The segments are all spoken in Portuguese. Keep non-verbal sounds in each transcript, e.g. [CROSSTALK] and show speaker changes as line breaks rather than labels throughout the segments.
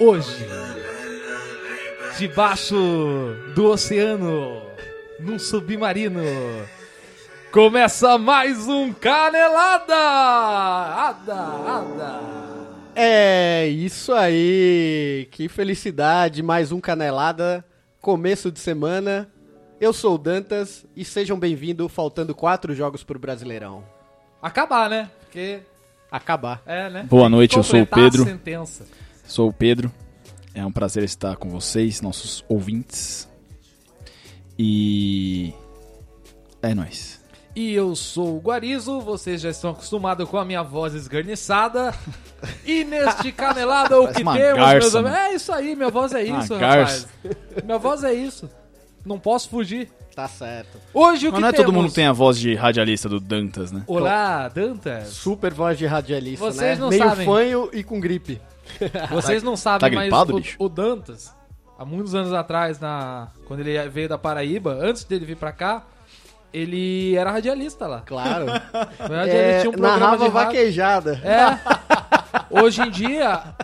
Hoje, debaixo do oceano, num submarino, começa mais um Canelada! Ada, ada!
É isso aí! Que felicidade! Mais um Canelada, começo de semana. Eu sou o Dantas e sejam bem-vindos, faltando quatro jogos pro Brasileirão.
Acabar, né? Porque,
Acabar.
é, né?
Boa noite, eu sou o
Completar a
Pedro.
sentença.
Sou o Pedro. É um prazer estar com vocês, nossos ouvintes. E é nóis.
E eu sou o Guarizo, vocês já estão acostumados com a minha voz esgarniçada. E
[LAUGHS]
neste canelada o que
Parece uma
temos,
garça,
meus amigos.
mano.
É isso aí, minha voz é
Uma
isso, rapaz.
garça.
Minha voz é isso. Não posso fugir.
Tá certo.
Hoje o que
Mas não é
temos?
todo mundo que tem a voz de radialista do Dantas, né?
Olá,
[LAUGHS]
Dantas.
Super voz de radialista,
Vocês
né?
não
Meio
sabem.
fanho e com gripe.
Vocês não sabem,
tá gripado,
mas
bicho?
o, o Dantas, há muitos anos atrás, na, quando ele veio da Paraíba, antes dele vir pra cá, ele era radialista lá.
[LAUGHS] Claro.
Na verdade, ele
é,
tinha um programa
narrava
de rádio.
vaquejada.
É. [LAUGHS] Hoje em dia,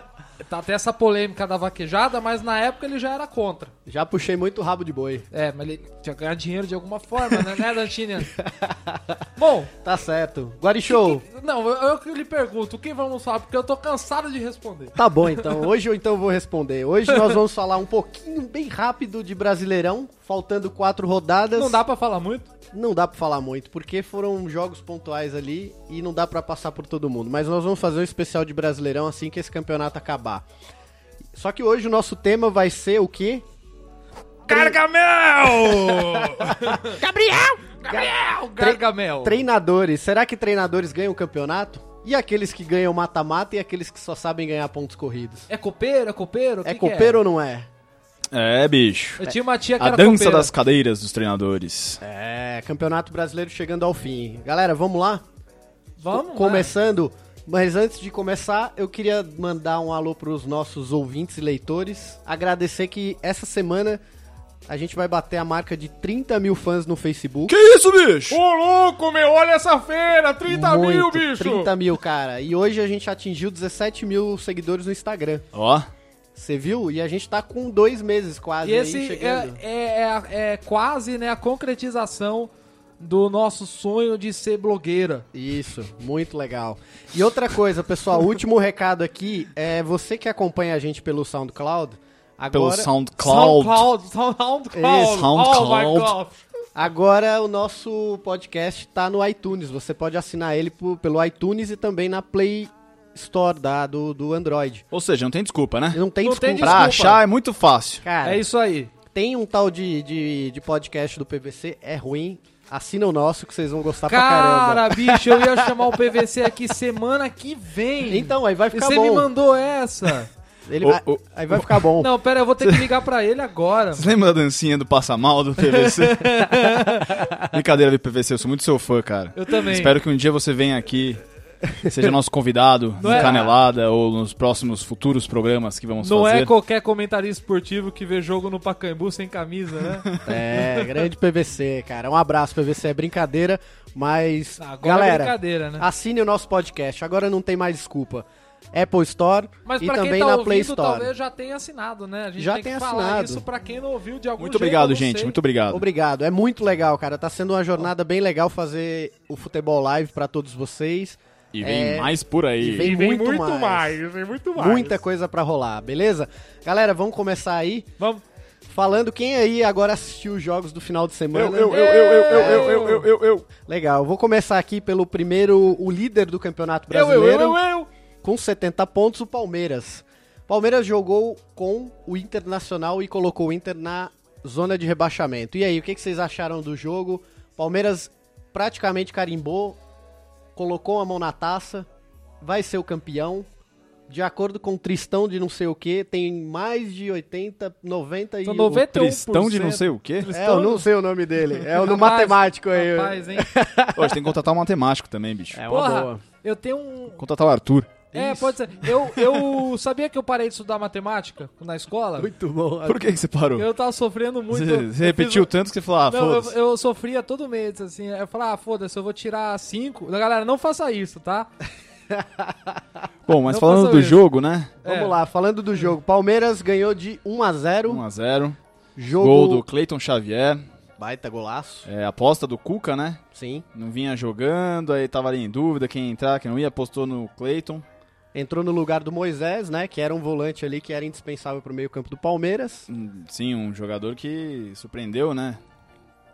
tá até essa polêmica da vaquejada, mas na época ele já era contra.
Já puxei muito rabo de boi.
É, mas ele tinha que ganhar dinheiro de alguma forma, né, né
[LAUGHS]
Dantinha? Bom,
Tá certo. Guarichou.
não, eu, eu que lhe pergunto, o que vamos falar? Porque eu tô cansado de responder.
Tá bom, então. Hoje eu então vou responder. Hoje nós vamos falar um pouquinho bem rápido de Brasileirão, faltando quatro rodadas.
Não dá pra falar muito?
Não dá pra falar muito, porque foram jogos pontuais ali e não dá pra passar por todo mundo. Mas nós vamos fazer um especial de Brasileirão assim que esse campeonato acabar. Só que hoje o nosso tema vai ser o quê?
Gargamel! Gabriel! Gabriel!
Tre-
Gargamel!
Treinadores. Será que treinadores ganham o campeonato? E aqueles que ganham mata-mata e aqueles que só sabem ganhar pontos corridos?
É copeiro? É copeiro? O
é
que que
copeiro ou não é?
É, bicho.
Eu tinha uma tia que
A
era
dança
copeira.
das cadeiras dos treinadores.
É, Campeonato Brasileiro chegando ao fim. Galera, vamos lá?
Vamos? né?
Começando, mas antes de começar, eu queria mandar um alô para os nossos ouvintes e leitores. Agradecer que essa semana a gente vai bater a marca de 30 mil fãs no Facebook.
Que isso, bicho?
Ô, louco, meu! Olha essa feira! 30 mil,
Muito,
bicho!
30 mil, cara. E hoje a gente atingiu 17 mil seguidores no Instagram.
Ó,
Você viu? E a gente tá com dois meses quase
E
aí
esse é,
chegando.
é, é, é quase né, a concretização do nosso sonho de ser blogueira.
Isso, muito legal. E outra coisa, pessoal, [LAUGHS] último recado aqui é você que acompanha a gente pelo SoundCloud, agora
pelo SoundCloud.
SoundCloud, SoundCloud,
Isso,
Oh my God.
SoundCloud.
Agora o nosso podcast tá no iTunes. Você pode assinar ele po- pelo iTunes e também na Play Store da, do, do Android.
Ou seja, não tem desculpa, né?
Não tem
Não
desculpa.
tem
Pra
desculpa.
achar é muito fácil.
Cara,
É isso aí.
tem um tal de, de, de podcast do PVC, é ruim. Assina o nosso que vocês vão gostar pra caramba.
Cara, bicho, eu ia chamar o PVC aqui semana que vem.
Então, aí vai
E
ficar
você
bom.
me mandou
[LAUGHS]
essa.
Ele
Ô,
vai-
ô,
aí vai ficar
[LAUGHS]
bom.
Não, pera, eu vou ter que ligar pra ele agora.
Você lembra da dancinha do Passa Mal
[LAUGHS]
do PVC? Brincadeira do PVC, eu sou muito seu fã, cara.
Eu também.
Espero que um dia você venha aqui, seja nosso convidado
Não
no
é-
Canelada ou nos próximos futuros programas que vamos
Não
fazer.
é qualquer comentarista esportivo que vê jogo no Pacaembu sem camisa, né?
[LAUGHS] É, grande PVC, cara. Um abraço, PVC. É brincadeira, mas.
Ah, Agora é
galera,
brincadeira, né?
assine o nosso podcast. Agora não tem mais desculpa. Apple Store
Mas
e
pra
também
quem tá
na
ouvindo,
Play Store.
talvez já tenha assinado, né? A gente
Já
tem,
tem
que falar
assinado.
isso pra quem não ouviu de algum
Muito
jeito, eu
obrigado,
não
gente.
sei.
Muito obrigado.
Obrigado, é muito legal, cara. Tá sendo uma jornada bem legal fazer o futebol live pra todos vocês.
E vem
É,
mais por aí.
e vem-
E vem
muito
muito,
mais.
mais. vem muito mais.
Muita coisa pra rolar, beleza? Galera, vamos começar aí
Vamos.
falando quem aí agora assistiu os jogos do final de semana.
eu,
É
eu.
um
Legal, eu vou começar aqui pelo primeiro, o líder do Campeonato
Eu,
Brasileiro,
eu, eu, eu, eu.
com 70 pontos, o Palmeiras. Palmeiras jogou com o Internacional e colocou o Inter na zona de rebaixamento. E aí, o que que vocês acharam do jogo? Palmeiras praticamente carimbou colocou a mão na taça, vai ser o campeão. De acordo com o Tristão de não sei o que, tem mais de 80, 90 e...
São
o-
91%.
Tristão de não sei o quê.
É, eu não sei o nome dele.
[LAUGHS]
É o no matemático aí.
Rapaz, hein?
Hoje tem que contratar um matemático também, bicho.
É uma
Porra,
boa.
eu tenho um...
Contratar o Arthur.
É, pode ser. Eu, eu sabia que eu parei de estudar matemática na escola.
Muito
É.
bom.
Por que, que você parou?
Eu tava sofrendo muito.
Você, você
Eu fiz
repetiu
um-
tanto que você falou, ah,
Não, eu,
foda-se.
eu sofria todo mês, assim. Eu falava, ah, foda-se, eu vou tirar 5. Galera, não faça isso, tá?
Bom, mas
Não
falando
faça
do
isso.
jogo, né?
É.
Vamos lá, falando do jogo. Palmeiras ganhou de 1 a 0
1x0.
Jogo.
Gol do Cleiton Xavier.
Baita golaço.
É, aposta do Cuca, né?
Sim.
Não vinha jogando, aí tava ali em dúvida quem ia entrar, quem não ia, apostou no Cleiton.
Entrou no lugar do Moisés, né? Que era um volante ali que era indispensável pro meio-campo do Palmeiras.
Hum, Sim, um jogador que surpreendeu, né?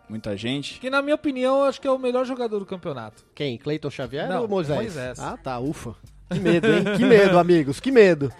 Muita gente.
Que na minha opinião, eu acho que é o melhor jogador do campeonato.
Quem? Cleiton Xavier
Não,
ou Moisés?
Moisés.
Ah, tá, ufa. Que medo, hein? que medo, amigos, que medo.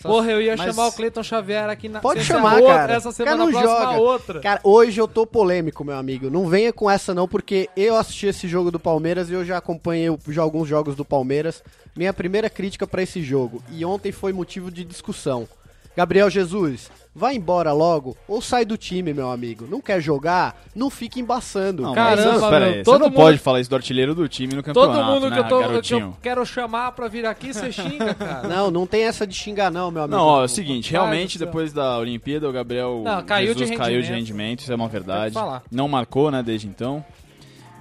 Só-
Porra, eu ia
mas-
chamar o Cleiton Xavier aqui na
Pode
é
sexta
chamar,
outra,
cara.
Essa
O
semana
cara não
próxima
joga.
outra.
Cara, hoje eu tô polêmico, meu amigo. Não venha com essa não, porque eu assisti esse jogo do Palmeiras e eu já acompanhei o- já alguns jogos do Palmeiras. Minha primeira crítica pra esse jogo, e ontem foi motivo de discussão. Gabriel Jesus, vai embora logo ou sai do time, meu amigo. Não quer jogar? Não fica embaçando.
Não,
Caramba,
mas,
meu,
peraí, você
todo
não
mundo-
pode falar isso do artilheiro do time no campeonato,
Todo mundo
né,
que eu, tô, que
garotinho?
eu quero chamar pra vir aqui, você
[LAUGHS]
xinga, cara.
Não, não tem essa de xingar não, meu amigo.
Não, ó, é o seguinte,
Rapaz
realmente
do céu.
depois da Olimpíada o Gabriel
Não, caiu de
Jesus caiu de
rendimento.
rendimento, isso é uma verdade.
falar.
Não marcou, né, desde então.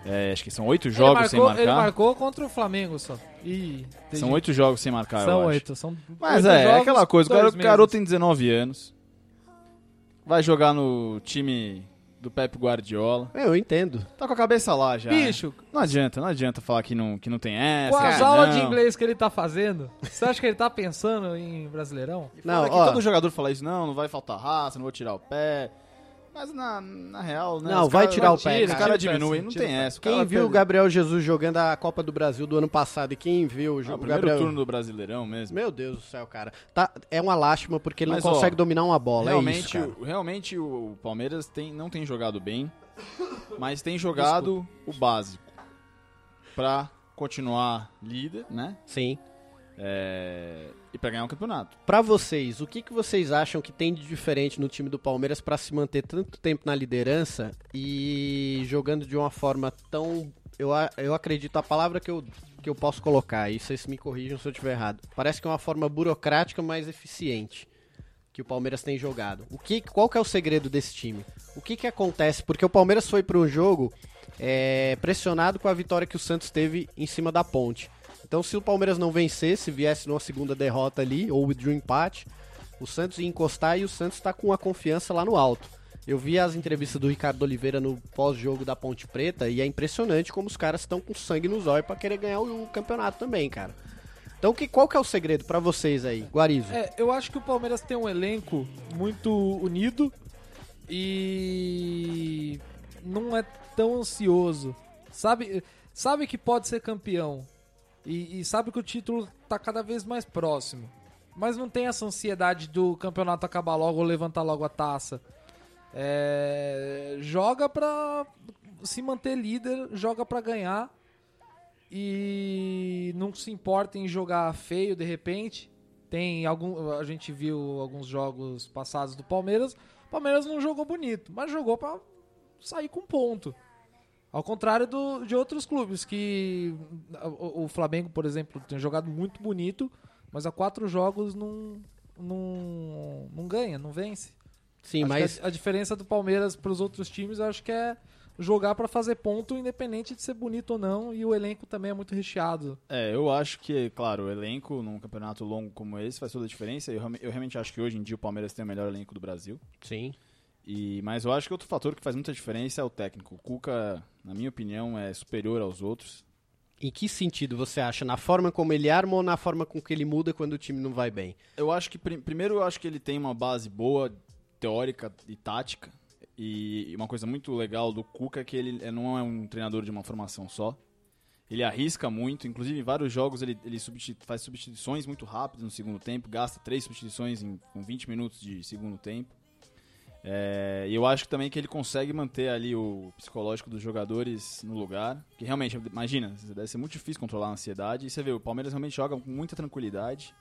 É, acho que são oito
ele,
jogos
marcou,
sem marcar.
ele marcou contra o Flamengo só. Ih, desde-
São oito jogos sem marcar,
São
eu acho.
oito. São
Mas
oito
é, é
jogos,
aquela coisa, o
dois
garo-
meses.
garoto tem 19 anos, vai jogar no time do Pepe Guardiola,
Eu entendo.
tá com a cabeça lá já. né?
Bicho,
Não adianta, não adianta falar que não, que não tem essa.
com as
que
aulas
É, não.
de inglês que ele tá fazendo, você acha que ele tá pensando em Brasileirão?
Não,
Não, que
ó.
todo jogador fala isso, não, não vai faltar raça, não vou tirar o pé. Mas na, na real, né?
Não,
os
vai
cara-
tirar o
tira,
pé,
Os
cara.
caras
Tira o pé,
diminuem,
sim,
não
tira
tem
o pé.
essa. o
Quem
cara
viu o
perde-
Gabriel Jesus jogando a Copa do Brasil do ano passado e quem viu o
Ah, o
jogo
primeiro
Gabriel
turno do Brasileirão mesmo.
Meu Deus do céu, cara. Tá, é uma lástima porque ele
Mas,
não
ó,
consegue dominar uma bola.
realmente,
é isso, cara.
o- realmente o Palmeiras tem, não tem jogado bem, mas tem jogado o básico pra continuar líder, né?
Sim.
É, e pra ganhar o campeonato.
Pra vocês, o que, que vocês acham que tem de diferente no time do Palmeiras pra se manter tanto tempo na liderança e jogando de uma forma tão. Eu, a- eu acredito a palavra que eu, que eu posso colocar, e vocês me corrijam se eu estiver errado. Parece que é uma forma burocrática mais eficiente que o Palmeiras tem jogado. O que, qual que é o segredo desse time? O que, que acontece? Porque o Palmeiras foi para um jogo é, pressionado com a vitória que o Santos teve em cima da ponte. Então, se o Palmeiras não vencesse, viesse numa segunda derrota ali, ou de um empate, o Santos ia encostar e o Santos está com a confiança lá no alto. Eu vi as entrevistas do Ricardo Oliveira no pós-jogo da Ponte Preta e é impressionante como os caras estão com sangue nos olhos para querer ganhar o, o campeonato também, cara. Então, que, qual que é o segredo para vocês aí, Guarizo?
É, eu acho que o Palmeiras tem um elenco muito unido e não é tão ansioso. Sabe, sabe que pode ser campeão e, e sabe que o título tá cada vez mais próximo. Mas não tem essa ansiedade do campeonato acabar logo ou levantar logo a taça. É, joga pra se manter líder, joga pra ganhar e não se importa em jogar feio de repente. Tem algum, a gente viu alguns jogos passados do Palmeiras. O Palmeiras não jogou bonito, mas jogou pra sair com ponto. Ao contrário do, de outros clubes que o, o Flamengo, por exemplo, tem jogado muito bonito, mas há quatro jogos não não, não ganha, não vence.
Sim,
Acho
mas
que é- a, a diferença do Palmeiras para os outros times, eu acho que é jogar pra fazer ponto, independente de ser bonito ou não, e o elenco também é muito recheado.
É, eu acho que, claro, o elenco num campeonato longo como esse faz toda a diferença. Eu, realme- eu realmente acho que hoje em dia o Palmeiras tem o melhor elenco do Brasil.
Sim.
E, mas eu acho que outro fator que faz muita diferença é o técnico. O Cuca, na minha opinião, é superior aos outros.
Em que sentido você acha? Na forma como ele arma ou na forma com que ele muda quando o time não vai bem?
Eu acho que, pri- primeiro, eu acho que ele tem uma base boa, teórica e tática. E uma coisa muito legal do Cuca é que ele é- não é um treinador de uma formação só. Ele arrisca muito, inclusive em vários jogos ele, ele substi- faz substituições muito rápido no segundo tempo, gasta três substituições em, com 20 minutos de segundo tempo. É, e eu acho também que ele consegue manter ali o psicológico dos jogadores no lugar. Que realmente, imagina, deve ser muito difícil controlar a ansiedade. E você vê, o Palmeiras realmente joga com muita tranquilidade.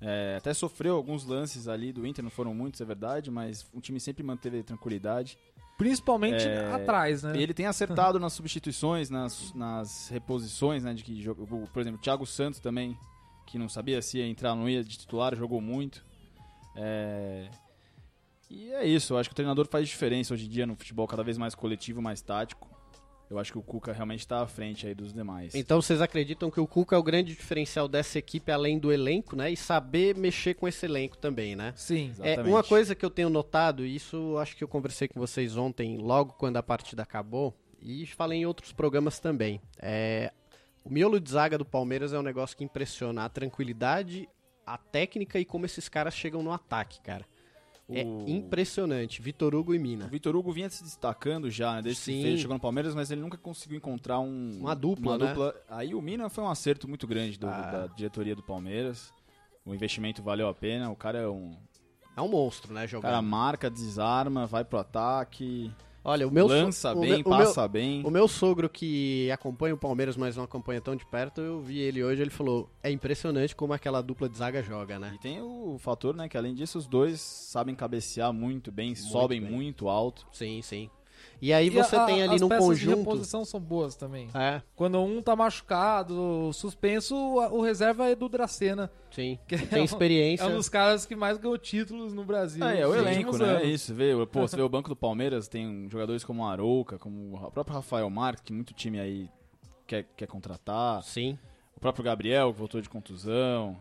É, até sofreu alguns lances ali do Inter, não foram muitos, é verdade, mas o time sempre manteve tranquilidade.
Principalmente
É.
atrás, né?
E ele tem acertado nas substituições, nas, nas reposições, né? De que jo- o- por exemplo, o Thiago Santos também, que não sabia se ia entrar ou não ia de titular, jogou muito. É, E é isso, eu acho que o treinador faz diferença hoje em dia no futebol cada vez mais coletivo, mais tático. Eu Eu acho que o Cuca realmente tá à frente aí dos demais.
Então vocês acreditam que o Cuca é o grande diferencial dessa equipe, além do elenco, né? E saber mexer com esse elenco também, né?
Sim.
É,
Exatamente.
uma coisa que eu tenho notado, e isso acho que eu conversei com vocês ontem, logo quando a partida acabou, e falei em outros programas também. É, o miolo de zaga do Palmeiras é um negócio que impressiona a tranquilidade, a técnica e como esses caras chegam no ataque, cara. É
O-
impressionante. Vitor Hugo e
O
Mina.
Vitor Hugo vinha se destacando já, né, desde
Sim.
que ele chegou no Palmeiras, mas ele nunca conseguiu encontrar um,
Uma dupla, né?
Aí o Mina foi um acerto muito grande do-
Ah.
da diretoria do Palmeiras. O investimento valeu a pena. O cara é um.
É um monstro, né,
O
jogar.
cara marca, desarma, vai pro ataque,
Olha, o meu so-
lança
o
bem,
meu- o meu-
passa bem.
O meu sogro que acompanha o Palmeiras, mas não acompanha tão de perto, eu vi ele hoje, ele falou: "É impressionante como aquela dupla de zaga joga, né?"
E tem o fator, né, que além disso, os dois sabem cabecear muito bem, sobem
bem.
muito alto.
Sim, sim. E aí
E
você
a-
tem ali
as
num
peças de
conjunto.
reposição são boas também.
É,
Quando um tá machucado, suspenso, o reserva é do Dracena. [LAUGHS]
sim.
Que é
tem
um-
experiência.
É um dos caras que mais ganhou títulos no Brasil.
É, é o
nos
elenco,
últimos
né? É
anos.
isso. Vê, [LAUGHS] pô, você vê o banco do Palmeiras, tem jogadores como o Arouca, como o próprio Rafael Marques, que muito time aí quer, quer contratar.
Sim.
O próprio Gabriel, que voltou de contusão.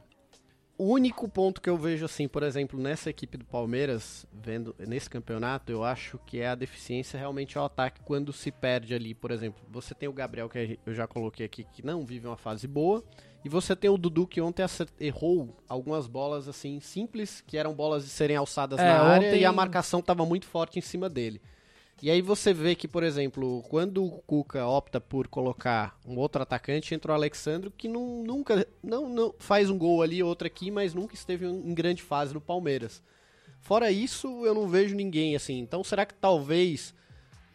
O único ponto que eu vejo assim, por exemplo, nessa equipe do Palmeiras, vendo nesse campeonato, eu acho que é a deficiência realmente ao ataque quando se perde ali, por exemplo, você tem o Gabriel que a gen- eu já coloquei aqui que não vive uma fase boa, e você tem o Dudu que ontem acer- errou algumas bolas assim simples, que eram bolas de serem alçadas
É,
na área
ontem-
e a marcação estava muito forte em cima dele. E aí você vê que, por exemplo, quando o Cuca opta por colocar um outro atacante, entra o Alexandre, que não, nunca não, não faz um gol ali, outro aqui, mas nunca esteve em grande fase no Palmeiras. Fora isso, eu não vejo ninguém assim. Então, será que talvez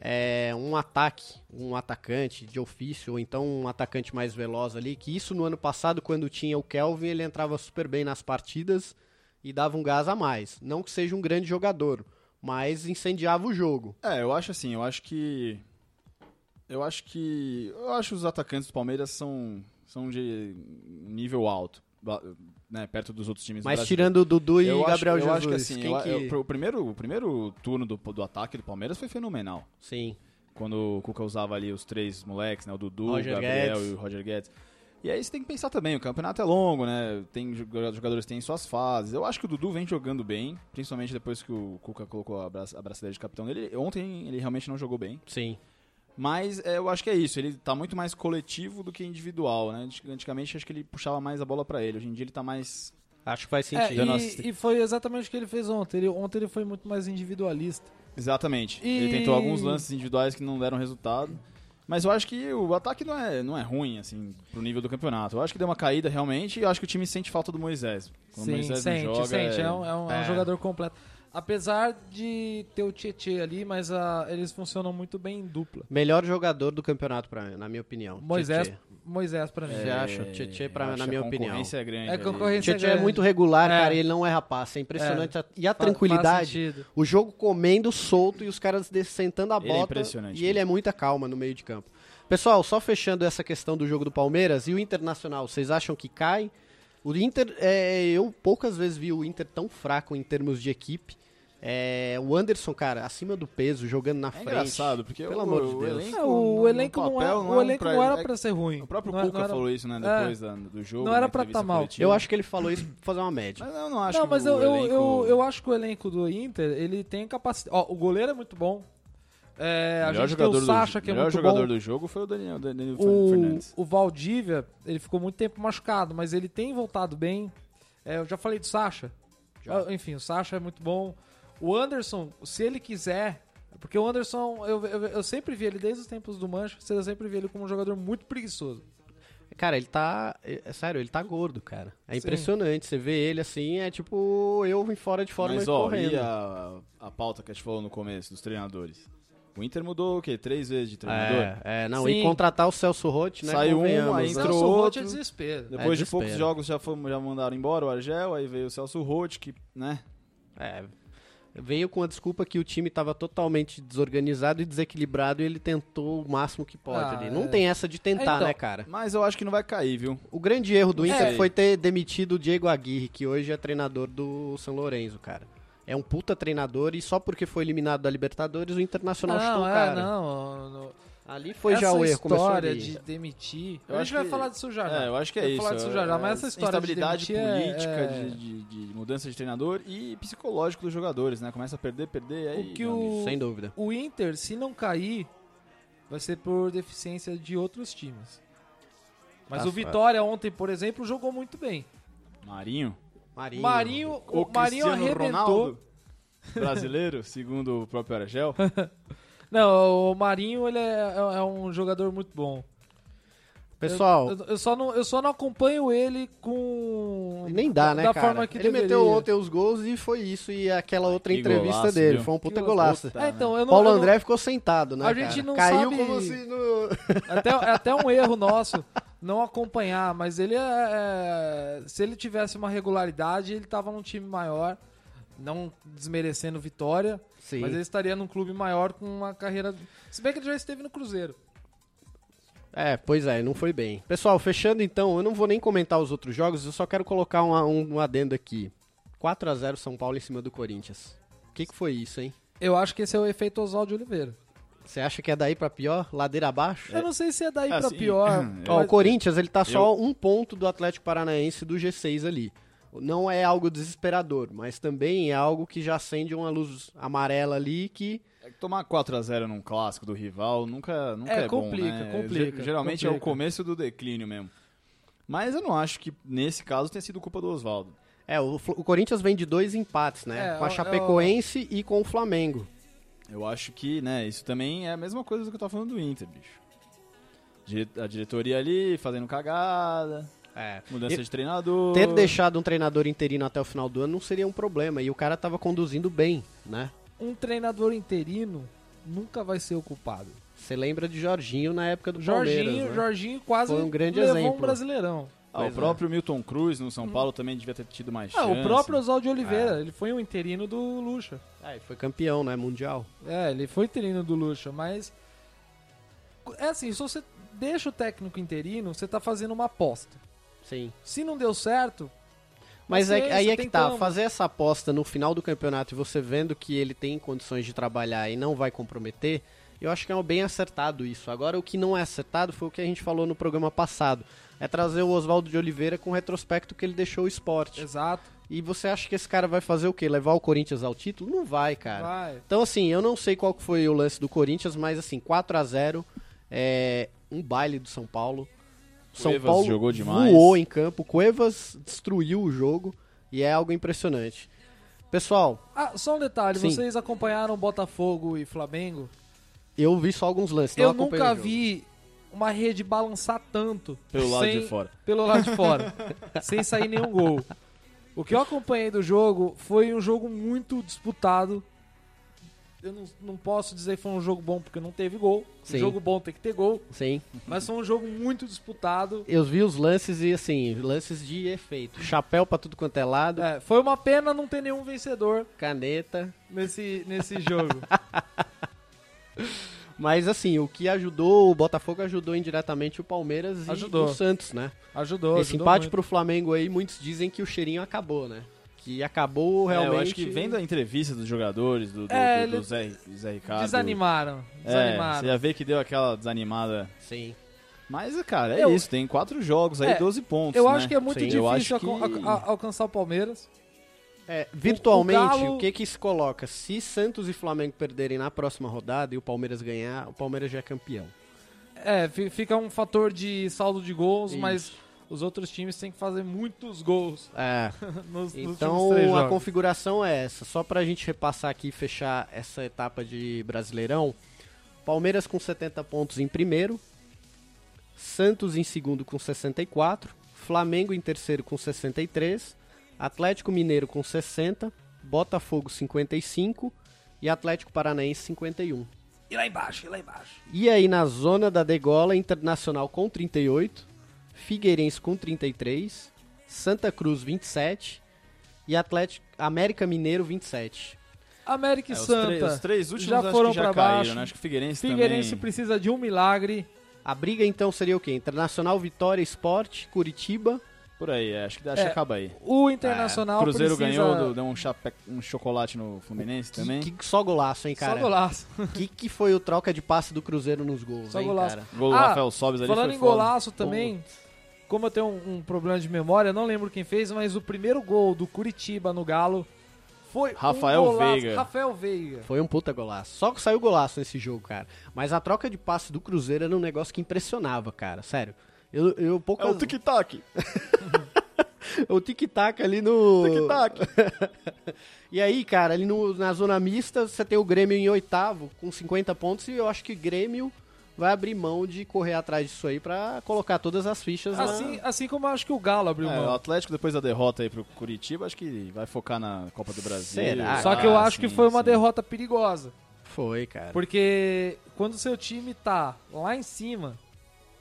é, um ataque, um atacante de ofício, ou então um atacante mais veloz ali, que isso no ano passado, quando tinha o Kelvin, ele entrava super bem nas partidas e dava um gás a mais. Não que seja um grande jogador, mas incendiava o jogo.
É, eu acho assim, eu acho que. Eu acho que. Eu acho que os atacantes do Palmeiras são, são de nível alto, ba- né, perto dos outros times do
Mas
Brasil.
tirando o Dudu e
eu
Gabriel Jesus,
acho, eu acho que assim,
quem
eu-
que...
eu- o, primeiro, o primeiro turno do, do ataque do Palmeiras foi fenomenal.
Sim,
Quando o Cuca usava ali os três moleques, né? O Dudu,
Roger
o Gabriel
Guedes.
e o Roger Guedes. E aí você tem que pensar também, o campeonato é longo, né? Tem joga- jogadores que têm suas fases. Eu acho que o Dudu vem jogando bem, principalmente depois que o Cuca colocou a, bra a braçadeira de capitão dele. Ontem ele realmente não jogou bem.
sim.
Mas é, eu acho que é isso, ele tá muito mais coletivo do que individual, né? Antig- Antigamente acho que ele puxava mais a bola pra ele, hoje em dia ele tá mais.
Acho que faz
É,
sentido.
Dando assist-
e, e foi exatamente o que ele fez ontem. Ele- ontem ele foi muito mais individualista.
Exatamente.
E-
Ele tentou alguns lances individuais que não deram resultado. Mas eu acho que o ataque não é, não é ruim, assim, pro nível do campeonato. Eu acho que deu uma caída realmente e eu acho que o time sente falta do Moisés. Quando o Moisés
sente,
não joga.
sente.
é-
É, um, é um- é um
é.
jogador completo. Apesar de ter o Tietê ali, mas ah, eles funcionam muito bem em dupla.
Melhor jogador do campeonato, pra, na minha opinião.
Moisés,
Tietê. É.
Moisés pra mim.
Você acha? Tietê, pra-
eu É, acho
na
que
minha
a
opinião.
concorrência é grande.
É,
ali.
concorrência-
Tietchan é muito regular, cara, e ele não é rapaz. É impressionante. a- E a tranquilidade.
Faz sentido.
O jogo comendo solto e os caras sentando a
Ele é
bota.
impressionante
e ele é muita calma no meio de campo. Pessoal, só fechando essa questão do jogo do Palmeiras e o Internacional, vocês acham que cai? O Inter, é, eu poucas vezes vi o Inter tão fraco em termos de equipe. É, o Anderson, cara, acima do peso, jogando na
É
frente.
engraçado, porque
Pelo
o,
amor de
o
Deus.
elenco
É, o
no-
elenco,
no
não,
papel
é-
não,
o
é um
elenco
pra-
não era
é-
pra ser ruim.
O próprio
não,
Cuca
não era-
falou isso, né,
É.
depois da- do jogo.
Não era
na
pra
entrevista
tá mal.
coletiva.
Eu acho que ele falou isso pra fazer uma média.
Mas eu não acho
Não,
que
mas
o
eu, eu,
elenco...
eu, eu acho que o elenco do Inter, ele tem capacidade. Ó, o goleiro é muito bom. É, a
melhor
gente tem
jogador
o Sacha,
do,
que é
melhor
muito
jogador
bom.
do jogo foi o Daniel, Daniel
O,
Fernandes.
o Valdívia, ele ficou muito tempo machucado, mas ele tem voltado bem. É, eu já falei do Sacha.
Já.
Ah, Enfim, o Sacha é muito bom. O Anderson, se ele quiser. Porque o Anderson, eu, eu, eu sempre vi ele desde os tempos do Manchester, eu sempre vi ele como um jogador muito preguiçoso.
Cara, ele tá. É, é sério, ele tá gordo, cara. É
Sim.
impressionante. Você vê ele assim, é tipo eu em fora de forma
Mas,
e
ó,
correndo.
e a, a pauta que a gente falou no começo, dos treinadores? O Inter mudou o quê? Três vezes de treinador?
É, é, não,
Sim.
e contratar o Celso Rotti, né?
Saiu um,
convenhamos,
aí
né?
entrou
Celso Roth é
outro.
desespero.
Depois de
desespero.
poucos jogos já, fomos, já mandaram embora o Argel, aí veio o Celso Roth, que, né?
então.
É. Veio com a desculpa que o time tava totalmente desorganizado e desequilibrado e ele tentou o máximo que pode
Ah,
ali.
é.
Não tem essa de tentar,
Então, é.
né, cara?
Mas eu acho que não vai cair, viu?
O grande erro do
não
Inter
sei.
foi ter demitido o Diego Aguirre, que hoje é treinador do São Lourenço, cara. É um puta treinador e só porque foi eliminado da Libertadores o Internacional chutou o
é,
cara.
não, não.
Ali foi
essa
já o erro, começou
história
ali.
de demitir.
Eu
a
acho
gente vai
que-
falar disso já. já.
É, eu acho que é
Vai
isso.
falar disso já, já, mas essa história de
Instabilidade
demitir é-
política,
é-
De, de- de mudança de treinador e psicológico dos jogadores, né? Começa a perder, perder, aí...
O que
meu
o-
amigo.
Sem dúvida.
O Inter, se não cair, vai ser por deficiência de outros times. Mas
Tá
o
certo.
Vitória ontem, por exemplo, jogou muito bem.
Marinho.
Marinho.
Marinho, o, Marinho
Cristiano
arrebentou.
Ronaldo brasileiro, [LAUGHS] segundo o próprio Aragel.
Não, o Marinho ele é, é um jogador muito bom.
Pessoal,
eu, eu- eu só não, eu só não acompanho ele com
nem dá, né,
da
cara?
forma que
ele
deveria.
meteu ontem os gols e foi isso. E aquela outra
Que
entrevista
golaço,
dele.
viu?
Foi um puta
Que
golaço.
Puta,
É, então, eu não,
Paulo
eu não-
André ficou sentado, né?
A gente
cara?
não
Caiu
sabe-
como se
[LAUGHS]
no.
Até, é até um erro nosso não acompanhar, mas ele é, é, Se ele tivesse uma regularidade, ele tava num time maior, não desmerecendo vitória,
Sim.
mas ele estaria num clube maior com uma carreira. Se bem que ele já esteve no Cruzeiro.
É, pois é, não foi bem. Pessoal, fechando então, eu não vou nem comentar os outros jogos, eu só quero colocar um, um- um adendo aqui. 4 a 0 São Paulo em cima do Corinthians. O que, que foi isso, hein?
Eu acho que esse é o efeito Oswaldo Oliveira.
Você acha que é daí pra pior? Ladeira abaixo?
Eu não sei se é daí
Ah,
pra
[CLEARS THROAT]
sim.
pior.
É.
Assim, Ó,
mas-
o Corinthians, ele tá só um ponto do Atlético Paranaense do G6 ali. Não é algo desesperador, mas também é algo que já acende uma luz amarela ali que
É que tomar 4x0 num clássico do rival nunca, nunca é,
É,
bom,
complica,
né?
complica,
Ge- Geralmente é o
complica.
começo do declínio mesmo. Mas eu não acho que nesse caso tenha sido culpa do Oswaldo.
é o, Fl- o Corinthians vem de dois empates, né?
É,
com a
eu- eu-
Chapecoense e com o Flamengo.
Eu acho que, né, isso também é a mesma coisa do que eu tava falando do Inter, bicho. Dire- A diretoria ali fazendo cagada,
É.
mudança de treinador.
Ter deixado um treinador interino até o final do ano não seria um problema. E o cara tava conduzindo bem, né?
Um treinador interino nunca vai ser o culpado.
Você lembra de Jorginho na época do
Jorginho,
Palmeiras, né?
Jorginho quase
Foi um grande
levou
exemplo.
um brasileirão.
Ah, o
Pois é.
próprio Milton Cruz no São Paulo também devia ter tido mais
Uhum. Ah,
chance.
o próprio Oswaldo de Oliveira, ele foi um interino do Lucha.
Ah, ele foi campeão, né? Mundial.
É, ele foi interino do Lucha, mas. É assim, se você deixa o técnico interino, você tá fazendo uma aposta.
Sim.
Se não deu certo,
Mas é,
Paciência,
aí é que tá.
tentamos.
Fazer essa aposta no final do campeonato e você vendo que ele tem condições de trabalhar e não vai comprometer, eu acho que é bem acertado isso. Agora, o que não é acertado foi o que a gente falou no programa passado. É trazer o Oswaldo de Oliveira com o retrospecto que ele deixou o esporte.
exato,
E você acha que esse cara vai fazer o quê? Levar o Corinthians ao título? Não vai, cara.
vai.
Então, assim, eu não sei qual que foi o lance do Corinthians, mas, assim, 4 a 0 é um baile do São Paulo. São
Cuevas
Paulo
jogou demais.
voou em campo, Cuevas destruiu o jogo e é algo impressionante. Pessoal,
Ah, só um detalhe,
Sim.
vocês acompanharam Botafogo e Flamengo?
eu vi só alguns lances, não
Eu
acompanhei
nunca
o jogo.
vi uma rede balançar tanto
Pelo lado
sem-
de fora.
pelo lado de
[LAUGHS]
fora, sem sair nenhum gol. O que eu acompanhei do jogo foi um jogo muito disputado. Eu não, não posso dizer que foi um jogo bom porque não teve gol.
Sim.
Um jogo bom tem que ter gol,
Sim,
mas foi um jogo muito disputado.
eu vi os lances e, assim, lances de efeito. Chapéu pra tudo quanto é lado,
É, foi uma pena não ter nenhum vencedor
caneta.
nesse, nesse jogo.
Mas, assim, o que ajudou, o Botafogo ajudou indiretamente o Palmeiras e
Ajudou.
o Santos, né?
Ajudou,
Esse
ajudou
empate
muito.
pro Flamengo aí, muitos dizem que o cheirinho acabou, né? Que acabou
É,
realmente.
eu acho que vem da entrevista dos jogadores, do, do,
É,
do- do
ele-
Zé, Zé Ricardo.
Desanimaram.
É, você
Desanimaram.
já vê que deu aquela desanimada.
Sim.
Mas, cara, é
Eu-
isso. Tem quatro jogos aí,
É,
12 pontos.
eu
né?
acho que é muito
Sim,
eu
difícil
acho
alca-
que-
a- a- alcançar o Palmeiras.
É, virtualmente, o,
o Galo-
que que se coloca? Se Santos e Flamengo perderem na próxima rodada e o Palmeiras ganhar, o Palmeiras já é campeão.
É, fi- fica um fator de saldo de gols, mas
Isso.
os outros times têm que fazer muitos gols [LAUGHS]
É,
nos, nos últimos três
então a
jogos.
configuração é essa. Só pra gente repassar aqui e fechar essa etapa de Brasileirão. Palmeiras com 70 pontos em primeiro, Santos em segundo com 64, Flamengo em terceiro com 63, Atlético Mineiro com 60, Botafogo 55 e Atlético Paranaense 51.
E lá embaixo, e lá embaixo.
E aí na zona da degola, Internacional com 38, Figueirense com 33, Santa Cruz 27 e Atlético América Mineiro 27.
América e
É, os
Santa.
três- os três últimos
já
acho
foram
que já
pra
caíram,
baixo.
né? Acho que o Figueirense,
Figueirense
também.
precisa de um milagre.
A briga então seria o quê? Internacional, Vitória, Sport, Curitiba
Por aí, é, acho que acho que
É,
acaba aí.
O Internacional
É, Cruzeiro
precisa...
ganhou, do- deu um, chape- um chocolate no Fluminense também.
Que, que só golaço, hein, cara?
Só golaço.
Que que foi o troca de passe do Cruzeiro nos gols,
Só
hein,
golaço.
cara?
Gol do
Ah,
Rafael Sobes ali
Falando
foi
em
foda.
golaço também, como eu tenho um, um problema de memória, eu não lembro quem fez, mas o primeiro gol do Curitiba no Galo foi um
Rafael
golaço.
Veiga.
Rafael Veiga.
Foi um puta golaço. Só que saiu golaço nesse jogo, cara. Mas a troca de passe do Cruzeiro era um negócio que impressionava, cara. Sério. Eu, eu pouco.
É o tic-tac,
o tic-tac ali no.
tic-tac.
[LAUGHS] E aí, cara, ali no- na zona mista, você tem o Grêmio em oitavo com 50 pontos e eu acho que o Grêmio vai abrir mão de correr atrás disso aí pra colocar todas as fichas na-
Assim, assim como eu acho que o Galo abriu
É, o
mão.
Atlético, depois da derrota aí pro Curitiba, acho que vai focar na Copa do Brasil.
Será?
Só que eu
Ah,
acho que
sim,
foi uma
sim.
derrota perigosa.
Foi, cara.
Porque quando seu time tá lá em cima,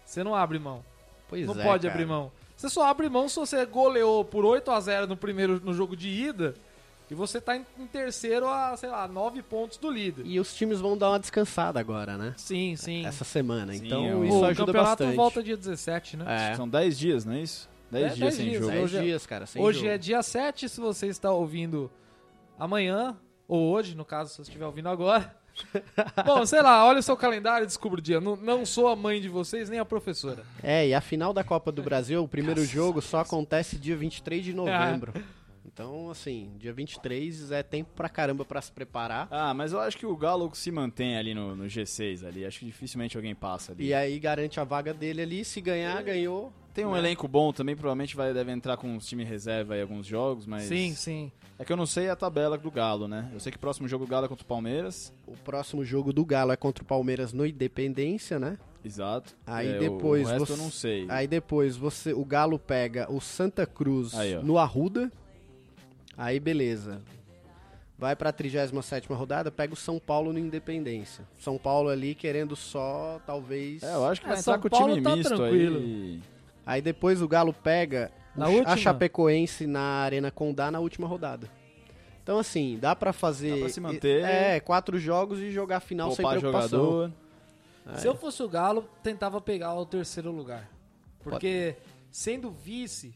você não abre mão.
Pois
não
é,
pode
cara.
abrir mão. Você só abre mão se você goleou por 8 a 0 no primeiro no jogo de ida e você tá em, em terceiro a, sei lá, 9 pontos do líder.
E os times vão dar uma descansada agora, né?
Sim, sim.
É
Essa semana.
Sim,
então
é um-
isso
o
ajuda
campeonato
bastante.
volta dia 17, né?
É.
São 10 dias, não é isso? 10
É,
dias
10
sem
dias,
jogo.
né?
Dez
Hoje é-
dias, cara. sem
hoje
jogo.
é dia 7, se você está ouvindo amanhã, ou hoje, no caso, se você estiver ouvindo agora.
[LAUGHS]
Bom, sei lá, olha o seu calendário e descubra o dia. Não, não sou a mãe de vocês, nem a professora.
É, e a final da Copa do Brasil, o primeiro jogo, só acontece dia 23
Ah.
de novembro. Então, assim, dia 23 é tempo pra caramba pra se preparar.
Ah, mas eu acho que o Galo se mantém ali no, no G6 ali. Acho que dificilmente alguém passa ali.
E é aí garante a vaga dele ali. Se ganhar, ganhou. né?
Tem um elenco bom também, provavelmente vai, deve entrar com os time reserva aí alguns jogos, mas.
Sim, sim.
É que eu não sei a tabela do Galo, né? Eu sei que o próximo jogo do Galo é contra o Palmeiras.
O próximo jogo do Galo é contra o Palmeiras no Independência, né?
Exato.
Aí
É, o-
depois
O, resto
você-
eu não sei.
Aí depois você, o Galo pega o Santa Cruz
Aí, ó.
no Arruda. Aí beleza. Vai pra 37ª rodada, pega o São Paulo no Independência. São Paulo ali querendo só talvez
É, eu acho que
É,
vai
São
entrar com o
Paulo
time
tá
misto
tranquilo.
aí.
Aí depois o Galo pega o
Na
Ch-
última?
a Chapecoense na Arena Condá na última rodada. Então assim, dá pra fazer
Dá pra se manter. né?
é, quatro jogos e jogar a final sem
Poupar
preocupação.
jogador.
É.
Se eu fosse o Galo, tentava pegar o terceiro lugar. Porque sendo
Um
vice,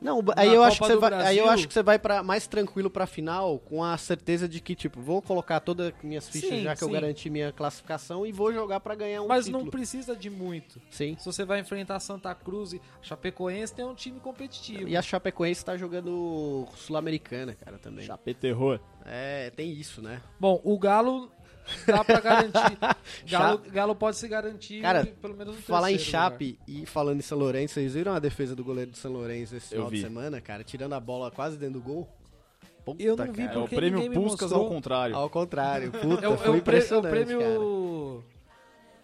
Não, o-
Na
aí eu, acho que
Copa
você
do
vai, aí eu
Brasil-
acho que você vai para mais tranquilo pra final com a certeza de que tipo, vou colocar todas as minhas fichas
Sim,
já que eu
sim.
garanti minha classificação e vou jogar pra ganhar um
mas
título.
não precisa de muito.
Sim.
Se você vai enfrentar Santa Cruz e Chapecoense, tem um time competitivo.
E a Chapecoense tá jogando Sul-Americana, cara, também.
Chapé terror.
É, tem isso, né?
Bom, o Galo dá pra
[LAUGHS]
garantir. Galo, Galo pode se garantir
Cara,
pelo menos no
Falar em
terceiro né? lugar.
Chape e falando em São Lourenço, vocês viram a defesa do goleiro do São Lourenço esse
Eu
final de
vi.
semana, cara? Tirando a bola quase dentro do gol? Puta,
Eu não vi
É
cara.
o
Porque
prêmio
ninguém me
Puskas
mostrou.
ao contrário.
Ao
[LAUGHS]
contrário, puta,
É o, é o
foi
prê- é o
impressionante, cara.
prêmio.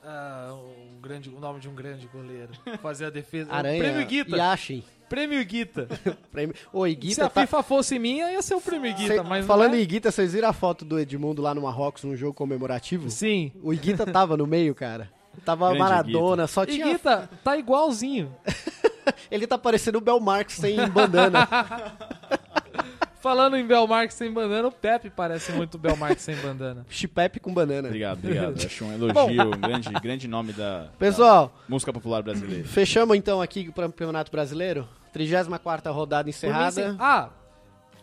ah, um grande, o nome de um grande goleiro. Fazer a defesa.
Aranha,
Prêmio Guita.
Yashin.
Prêmio Guita.
Prêmio... Oi,
Se é a
Guita tá...
FIFA fosse minha, ia ser o prêmio Guita.
Cê-
mas não
Falando
é.
em Guita, vocês viram a foto do Edmundo lá no Marrocos num jogo comemorativo?
Sim.
O Guita tava no meio, cara. Tava
Grande
Maradona, só
E
tinha...
Guita tá igualzinho.
Ele tá parecendo o Belmarx sem [LAUGHS] bandana.
Falando em Belmarx sem bandana, o Pepe parece muito Belmarx sem bandana.
Chipepe com banana.
Obrigado, obrigado. Acho um elogio, um grande, grande nome da,
Pessoal,
da música popular brasileira.
fechamos então aqui para o Campeonato Brasileiro. 34ª rodada
Por mim, sim.
encerrada.
Ah,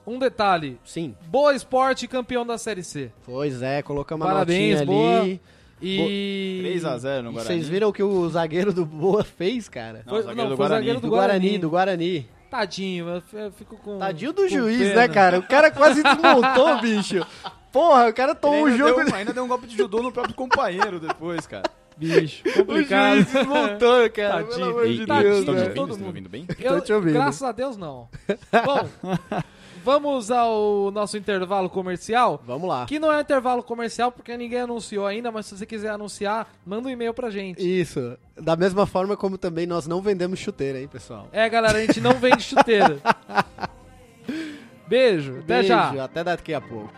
um detalhe.
Sim.
Boa Esporte campeão da Série C.
Pois é, colocamos
Parabéns,
a notinha
boa.
ali.
E.
3x0 no
E
Guarani.
vocês viram o que o zagueiro do Boa fez, cara?
Não, o zagueiro
não,
do
foi o
Guarani.
zagueiro
Do
do
Guarani,
Guarani.
do Guarani.
Tadinho, eu f- eu fico com.
Tadinho do
com
juiz,
pena.
né, cara? O cara
[LAUGHS]
quase desmontou, bicho. Porra, o cara tomou um
Ele ainda
jogo.
deu um- ainda deu um golpe de judô no próprio companheiro depois, [LAUGHS] cara.
Bicho,
[LAUGHS] O
complicado.
juiz desmontou, cara.
Tadinho,
pelo amor
Ei,
de
ei,
tadinho
Deus, né?
estão me
velho.
velho.
ouvindo?
Todo
Estão me
mundo.
ouvindo bem?
Eu-
te ouvindo.
Graças a Deus, não.
[LAUGHS]
Bom, vamos ao nosso intervalo comercial.
Vamos lá.
Que não é intervalo comercial porque ninguém anunciou ainda, mas se você quiser anunciar, manda um e-mail pra gente.
Isso. Da mesma forma como também nós não vendemos chuteira, hein, pessoal?
É, galera, a gente não vende
[LAUGHS]
chuteira. Beijo, até
Beijo,
já.
até daqui a pouco.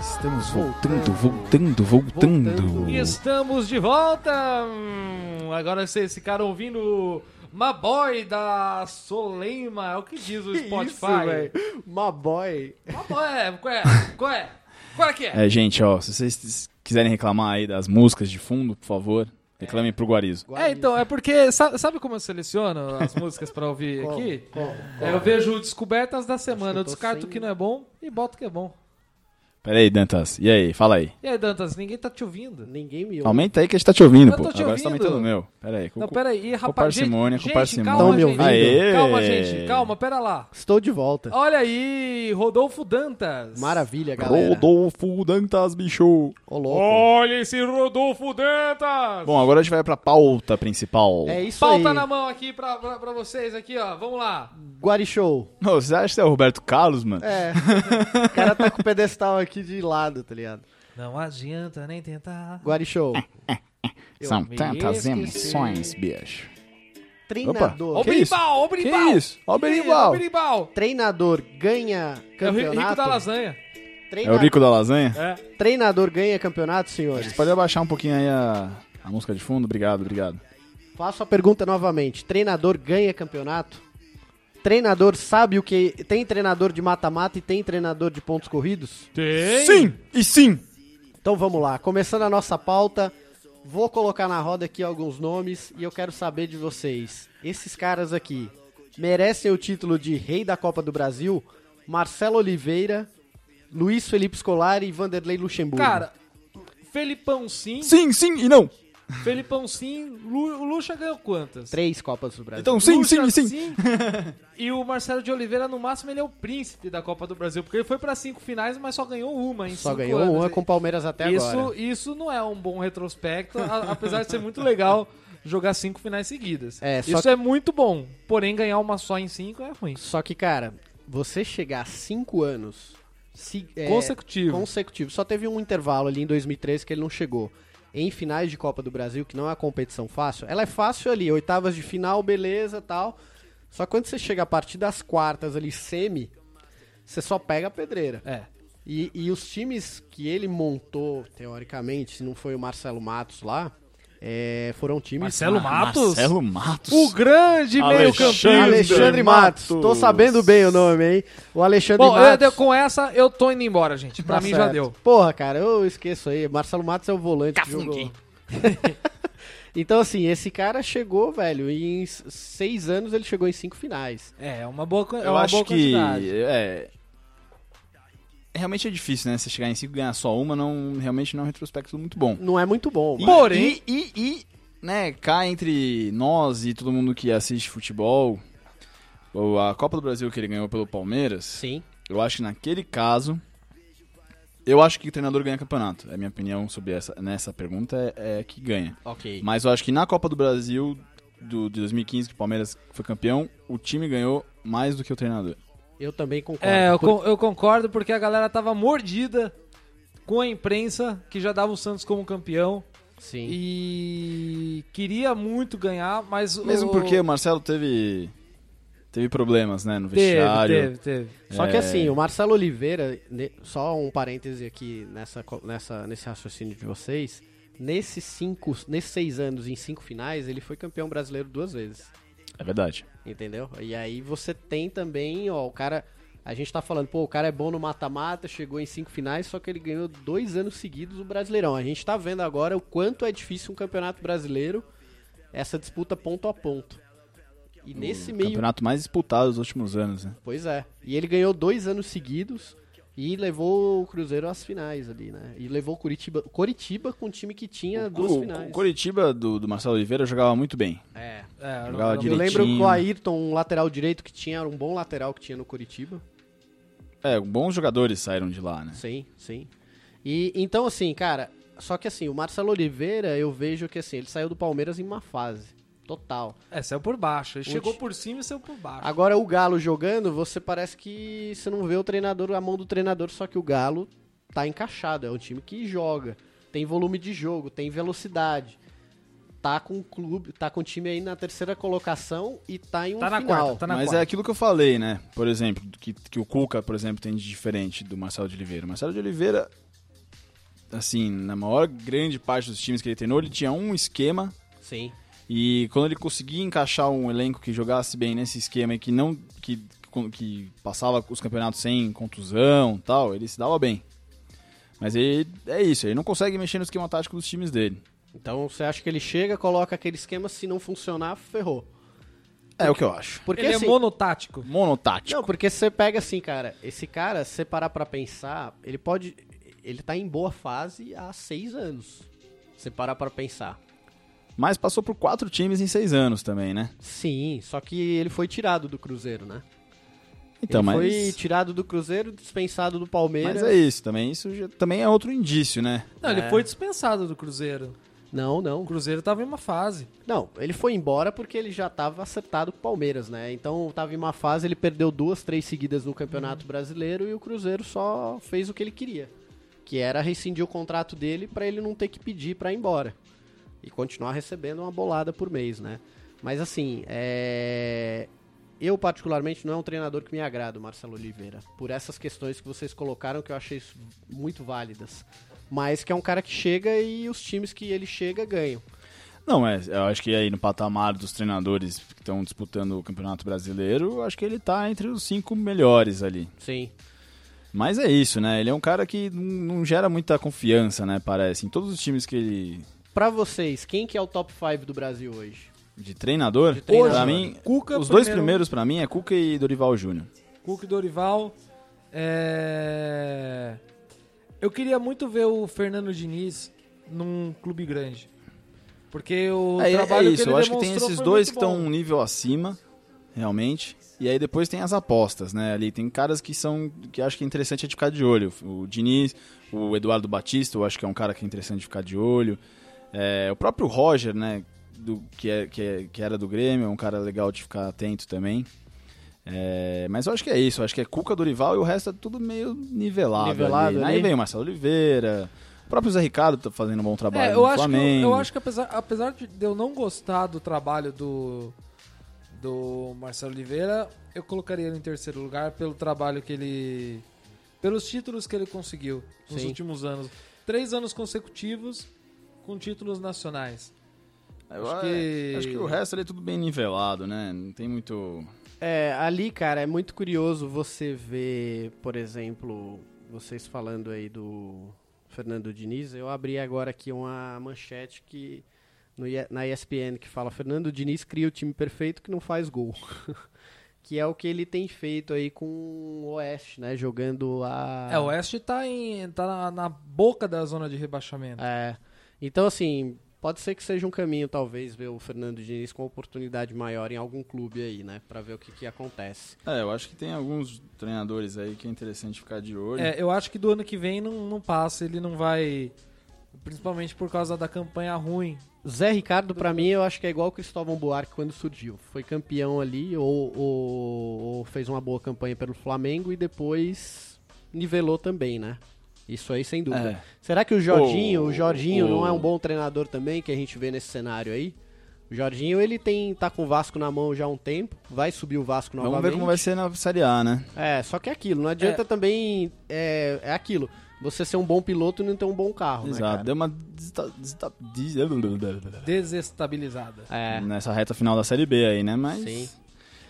Estamos voltando, voltando, voltando.
E Estamos de volta! Hum, Agora vocês ficaram ouvindo My Boy da Soleima, é o que diz o Spotify.
Uma boy.
My Boy, é, qual é? Qual é? Qual é que é?
É, gente, ó, se vocês quiserem reclamar aí das músicas de fundo, por favor, reclamem pro Guarizo.
É, então, é porque. sa- Sabe como eu seleciono as músicas pra ouvir
Como?
aqui?
Como?
É, eu vejo descobertas da semana,
que
eu
eu tô
descarto o
sem-
que não é bom e boto o que é bom.
Pera aí, Dantas, e aí, fala aí.
E aí, Dantas, ninguém tá te ouvindo.
Ninguém me ouve.
Aumenta aí que a gente tá te ouvindo,
Eu
pô.
tô te
Agora você tá
ouvindo.
aumentando o meu. Pera aí.
Não,
cucu-
peraí,
com
rapaz.
parcimônia,
gente,
com parcimônia.
Calma,
Tão me
gente,
ouvindo?
calma,
Aê!
gente, calma, pera lá.
Estou de volta.
Olha aí, Rodolfo Dantas.
Maravilha, galera.
Rodolfo Dantas, bicho.
Ô, louco.
Olha esse Rodolfo Dantas!
Bom, agora a gente vai pra pauta principal.
É isso
Pauta
aí.
na mão aqui pra, pra, pra vocês aqui, ó. Vamos lá.
Guarichou.
Ô, você acha que é o Roberto Carlos, mano?
É. [LAUGHS] o cara tá com o pedestal aqui de lado, tá ligado?
Não adianta nem tentar.
Guarichou.
São
me
tantas
esqueci.
emoções, bicho.
Treinador.
Ô,
Que
Bribal, ô,
Que
Bribal!
isso? Ó o
Ô,
Berimbau.
Bribal!
Treinador ganha
É o ri-
campeonato.
rico da lasanha.
É o
Treina-
rico da lasanha?
É.
Treinador ganha campeonato, senhores.
Pode abaixar um pouquinho aí a, a música de fundo? Obrigado, obrigado.
Faço a pergunta novamente. Treinador ganha campeonato? Treinador sabe o que. Tem treinador de mata-mata e tem treinador de pontos corridos?
Tem.
e sim.
Então vamos lá. Começando a nossa pauta, vou colocar na roda aqui alguns nomes e eu quero saber de vocês. Esses caras aqui merecem o título de Rei da Copa do Brasil? Marcelo Oliveira, Luiz Felipe Scolari e Vanderlei Luxemburgo.
Cara, Felipão sim.
Sim, sim e não.
Felipão sim. Lu, o Lucha ganhou quantas?
três Copas do Brasil.
Então sim, sim
Lucha,
e sim.
e o Marcelo de Oliveira, no máximo, ele é o príncipe da Copa do Brasil. Porque ele foi pra cinco finais, mas só ganhou uma em
Só
cinco
ganhou
anos.
uma com o Palmeiras até
isso,
agora.
isso não é um bom retrospecto, a- apesar de ser muito legal jogar cinco finais seguidas.
É, só
isso
que-
é muito bom, porém ganhar uma só em cinco é ruim.
Só que, cara, você chegar a cinco anos se- é,
Consecutivo.
consecutivo. Só teve um intervalo ali em 2013 que ele não chegou. Em finais de Copa do Brasil, que não é uma competição fácil, ela é fácil ali, oitavas de final, beleza tal. Só que quando você chega a partir das quartas ali, semi, você só pega a pedreira.
É.
E, e os times que ele montou, teoricamente, se não foi o Marcelo Matos lá, é, foram times.
Marcelo Matos?
Ah, Marcelo Matos.
O grande
Alexandre
meio-campista.
Alexandre Matos. Tô sabendo bem o nome, hein? O Alexandre
Bom, eu-
Matos.
eu- com essa eu tô indo embora, gente. Pra
Tá
mim já
certo.
deu.
Porra, cara, eu esqueço aí. Marcelo Matos é o volante. que Jogou. [LAUGHS] então, assim, esse cara chegou, velho, e em s- seis anos ele chegou em cinco finais.
É, é uma boa, quan- é
Eu
uma
acho
boa
que.
quantidade.
É. Realmente é difícil, né? Você chegar em cinco e ganhar só uma, não, realmente não é um retrospecto muito bom.
Não é muito bom.
E-
mas-
Porém-
E, e, e, né, cá entre nós e todo mundo que assiste futebol, ou a Copa do Brasil que ele ganhou pelo Palmeiras,
Sim.
eu acho que naquele caso. Eu acho que o treinador ganha campeonato. A minha opinião sobre essa nessa pergunta é, é que ganha.
Ok.
Mas eu acho que na Copa do Brasil do, de 2015, que o Palmeiras foi campeão, o time ganhou mais do que o treinador.
Eu também concordo.
É, eu,
Por-
con- eu concordo porque a galera tava mordida com a imprensa que já dava o Santos como campeão
Sim.
e queria muito ganhar, mas o-
Mesmo porque o Marcelo teve teve problemas, né, no
teve,
vestiário.
teve, teve.
Só que assim, o Marcelo Oliveira, ne- só um parêntese aqui nessa, co- nessa, nesse raciocínio de vocês. Nesses cinco, nesses seis anos em cinco finais, ele foi campeão brasileiro duas vezes.
É verdade.
Entendeu? E aí você tem também, ó, o cara. A gente tá falando, pô, o cara é bom no mata-mata, chegou em cinco finais, só que ele ganhou dois anos seguidos o Brasileirão. A gente tá vendo agora o quanto é difícil um campeonato brasileiro, essa disputa ponto a ponto. E nesse
o
meio.
Hum, campeonato mais disputado dos últimos anos, né?
Pois é. E ele ganhou dois anos seguidos e levou o Cruzeiro às finais ali, né? E levou o Curitiba. Curitiba com um time que tinha duas
o,
finais.
o Coritiba do, do Marcelo Oliveira jogava muito bem.
É.
É, eu não-
Jogava
Eu
direito.
lembro
Direitinho.
que o Ayrton, um lateral direito que tinha, era um bom lateral que tinha no Curitiba.
É, bons jogadores saíram de lá, né?
Sim, sim. E então assim, cara, só que assim, o Marcelo Oliveira, eu vejo que assim, ele saiu do Palmeiras em uma fase total.
É, saiu por baixo. Ele
Ult-
chegou por cima e saiu por baixo.
Agora o Galo jogando, você parece que você não vê o treinador, a mão do treinador, só que o Galo tá encaixado, é um time que joga, tem volume de jogo, tem velocidade. Tá com o clube, tá com o time aí na terceira colocação e tá em um
Tá na
final.
quarta, tá na
Mas é
quarta.
aquilo que eu falei, né? Por exemplo, que, que o Cuca, por exemplo, tem de diferente do Marcelo de Oliveira. O Marcelo de Oliveira assim, na maior grande parte dos times que ele treinou, ele tinha um esquema
tá.
Sim.
e quando ele conseguia encaixar um elenco que jogasse bem nesse esquema e que não que, que passava os campeonatos sem contusão, e tal, ele se dava bem. Mas ele, é isso, ele não consegue mexer no esquema tático dos times dele.
Então você acha que ele chega, coloca aquele esquema, se não funcionar, ferrou.
É o que eu acho.
Porque
ele
assim,
é monotático.
Monotático.
Não, porque você pega assim, cara, esse cara, se você parar pra pensar, ele pode. Ele tá em boa fase há seis anos. Se você parar pra pensar.
Mas passou por quatro times em seis anos também, né?
Sim, só que ele foi tirado do Cruzeiro, né?
Então,
ele
mas.
foi tirado do Cruzeiro, dispensado do Palmeiras.
Mas é isso, também isso já- também é outro indício, né?
Não,
É.
ele foi dispensado do Cruzeiro.
Não,
O
não.
Cruzeiro tava em uma fase.
Não, ele foi embora porque ele já tava acertado com o Palmeiras, né? Então tava em uma fase, ele perdeu duas, três seguidas no Campeonato Brasileiro e o Cruzeiro só fez o que ele queria. Que era rescindir o contrato dele pra ele não ter que pedir pra ir embora. E continuar recebendo uma bolada por mês, né? Mas assim, é... eu particularmente não é um treinador que me agrada, o Marcelo Oliveira. Por essas questões que vocês colocaram que eu achei s- muito válidas. Mas que é um cara que chega e os times que ele chega ganham.
Não, mas eu acho que aí no patamar dos treinadores que estão disputando o Campeonato Brasileiro, eu acho que ele tá entre os cinco melhores ali.
Sim.
Mas é isso, né? Ele é um cara que não- não gera muita confiança, né? Parece. Em todos os times que ele.
Pra vocês, quem que é o top 5 do Brasil hoje?
De treinador,
De treinador.
pra mim.
Cuca,
os dois
primeiro-
primeiros pra mim é Cuca e Dorival Júnior.
Cuca e Dorival. É... Eu queria muito ver o Fernando Diniz num clube grande. Porque o
É, é- é
trabalho
isso,
que ele
eu acho que tem
demonstrou
esses
foi
dois que
muito
estão
bom.
um nível acima, realmente. E aí depois tem as apostas, né? Ali tem caras que são que acho que é interessante a gente ficar de olho. O Diniz, o Eduardo Batista, eu acho que é um cara que é interessante ficar de olho. É, o próprio Roger, né? Do, que, é, que, é- que era do Grêmio, é um cara legal de ficar atento também. É, mas eu acho que é isso, eu acho que é Cuca Dorival e o resto é tudo meio nivelado.
Nivelado
ali.
ali.
Aí vem o Marcelo Oliveira, o próprio Zé Ricardo tá fazendo um bom trabalho
É,
no
eu, acho que, eu-
Flamengo.
eu acho que apesar, apesar de eu não gostar do trabalho do, do Marcelo Oliveira, eu colocaria ele em terceiro lugar pelo trabalho que ele. pelos títulos que ele conseguiu nos
Sim.
últimos anos. Três anos consecutivos com títulos nacionais.
Eu
Acho
acho
que-
que... acho que o resto ali é tudo bem nivelado, né? Não tem muito.
É, ali, cara, é muito curioso você ver, por exemplo, vocês falando aí do Fernando Diniz. Eu abri agora aqui uma manchete que no I- na ESPN que fala Fernando Diniz cria o time perfeito que não faz gol. [LAUGHS] que é o que ele tem feito aí com o Oeste, né? Jogando a
É, o Oeste tá, em, tá na, na boca da zona de rebaixamento.
É. Então, assim, pode ser que seja um caminho, talvez, ver o Fernando Diniz com oportunidade maior em algum clube aí, né? Pra ver o que, que acontece.
É, eu acho que tem alguns treinadores aí que é interessante ficar de olho.
É, eu acho que do ano que vem não, não passa, ele não vai. Principalmente por causa da campanha ruim.
Zé Ricardo, pra mim, eu acho que é igual o Cristóvão Buarque quando surgiu. Foi campeão ali, ou, ou- ou fez uma boa campanha pelo Flamengo e depois nivelou também, né? Isso aí, sem dúvida.
É.
Será que o Jorginho,
O-
o Jorginho não é um
o-
bom treinador também, que a gente vê nesse cenário aí? O Jorginho, ele tem, tá com o Vasco na mão já há um tempo, vai subir o Vasco
Vamos
novamente.
ver como vai ser na Série A, né?
É, só que é aquilo, não adianta também. É, é aquilo. Você ser um bom piloto e não ter um bom carro,
Exato.
né?
Deu uma. desesta- desesta- des-
Desestabilizada.
Cara? É.
Nessa reta final da Série B aí, né? Mas.
Sim.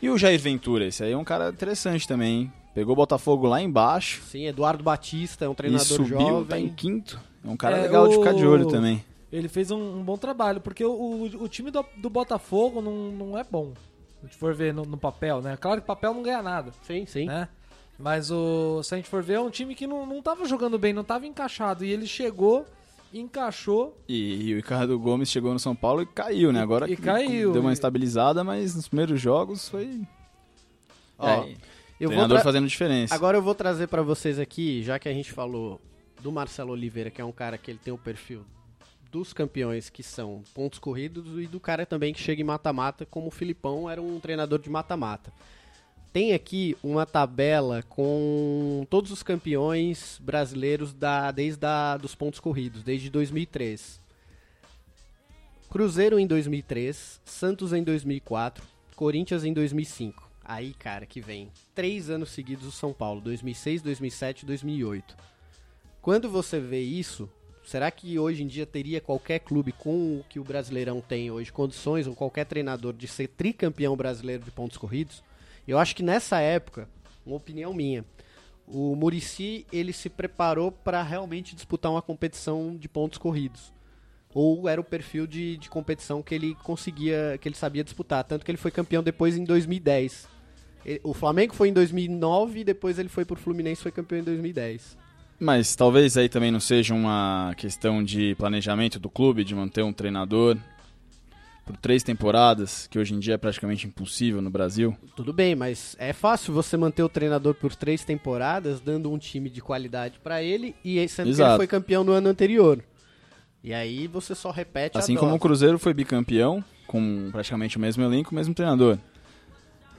E o Jair Ventura, esse aí é um cara interessante também, hein? Pegou o Botafogo lá embaixo
Sim, Eduardo Batista é um
e
treinador
subiu, tá em
jovem.
quinto. É um cara
É,
legal de
o-
ficar de olho também.
Ele fez um, um bom trabalho, porque o, o, o time do, do Botafogo não, não é bom. Se a gente for ver no, no papel, né? Claro que papel não ganha nada,
Sim,
É.
sim.
né? Mas o, se a gente for ver, é um time que não, não tava jogando bem, não tava encaixado. E ele chegou, encaixou.
E, e o Ricardo Gomes chegou no São Paulo e caiu, né? Agora
e caiu,
deu uma
e-
estabilizada, mas nos primeiros jogos foi.
Ó,
É,
Eu vou
treinador
tra-
fazendo diferença.
Agora eu vou trazer pra vocês aqui, já que a gente falou do Marcelo Oliveira, que é um cara que ele tem o perfil dos campeões que são pontos corridos e do cara também que chega em mata-mata, como o Filipão era um treinador de mata-mata. Tem aqui uma tabela com todos os campeões brasileiros da, desde a, dos pontos corridos, desde 2003. Cruzeiro em 2003, Santos em 2004, Corinthians em 2005. Aí, cara, que vem três anos seguidos o São Paulo, 2006, 2007, 2008. Quando você vê isso, Será que hoje em dia teria qualquer clube com o que o Brasileirão tem hoje condições, ou qualquer treinador, de ser tricampeão brasileiro de pontos corridos? Eu acho que nessa época, uma opinião minha, o Murici ele se preparou para realmente disputar uma competição de pontos corridos. Ou era o perfil de, de competição que ele conseguia, que ele sabia disputar. Tanto que ele foi campeão depois em 2010. Ele- o Flamengo foi em 2009 e depois ele foi pro Fluminense e foi campeão em 2010.
Mas talvez aí também não seja uma questão de planejamento do clube, de manter um treinador por três temporadas, que hoje em dia é praticamente impossível no Brasil.
Tudo bem, mas é fácil você manter o treinador por três temporadas, dando um time de qualidade para ele, e aí, sendo que
Exato.
ele foi campeão no ano anterior. E aí você só repete
Assim
a
como o
dose.
Cruzeiro foi bicampeão, com praticamente o mesmo elenco, o mesmo treinador.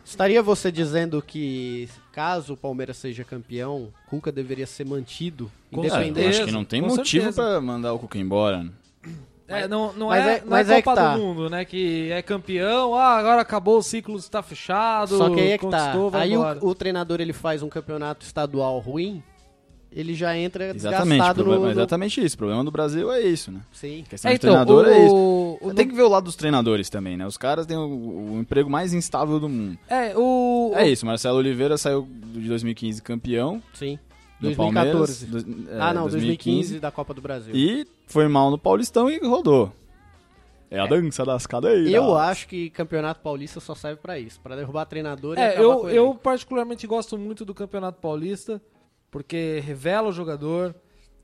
Estaria você dizendo que, caso o Palmeiras seja campeão, Cuca deveria ser mantido,
Com
Ah,
independente
eu acho que não tem
com
motivo
certeza.
pra mandar o Cuca embora. né?
É, não, não
mas
é,
é-
não
mas
é
é que
Copa
tá.
do Mundo, né? Que é campeão, ah, agora acabou o ciclo, está fechado.
Só que aí é que tá.
conquistou, vai
Aí o,
embora.
o treinador ele faz um campeonato estadual ruim, ele já entra
Exatamente,
É
o
desgastado
problema,
no, no...
exatamente isso. O problema do Brasil é isso, né?
Sim.
A questão
É,
de treinador é isso.
o- o-
Tem que ver o lado dos treinadores também, né? Os caras têm o, o emprego mais instável do mundo.
É, o.
É isso, Marcelo Oliveira saiu de 2015 campeão,
Sim.
no
2014.
Palmeiras, dois- é,
ah, não, 2015 da Copa do Brasil.
E foi mal no Paulistão e rodou. É a dança das cadeiras.
Eu acho que Campeonato Paulista só serve pra isso, pra derrubar treinador e
É,
acabar com
eu,
o
eu
elenco.
particularmente gosto muito do Campeonato Paulista, porque revela o jogador.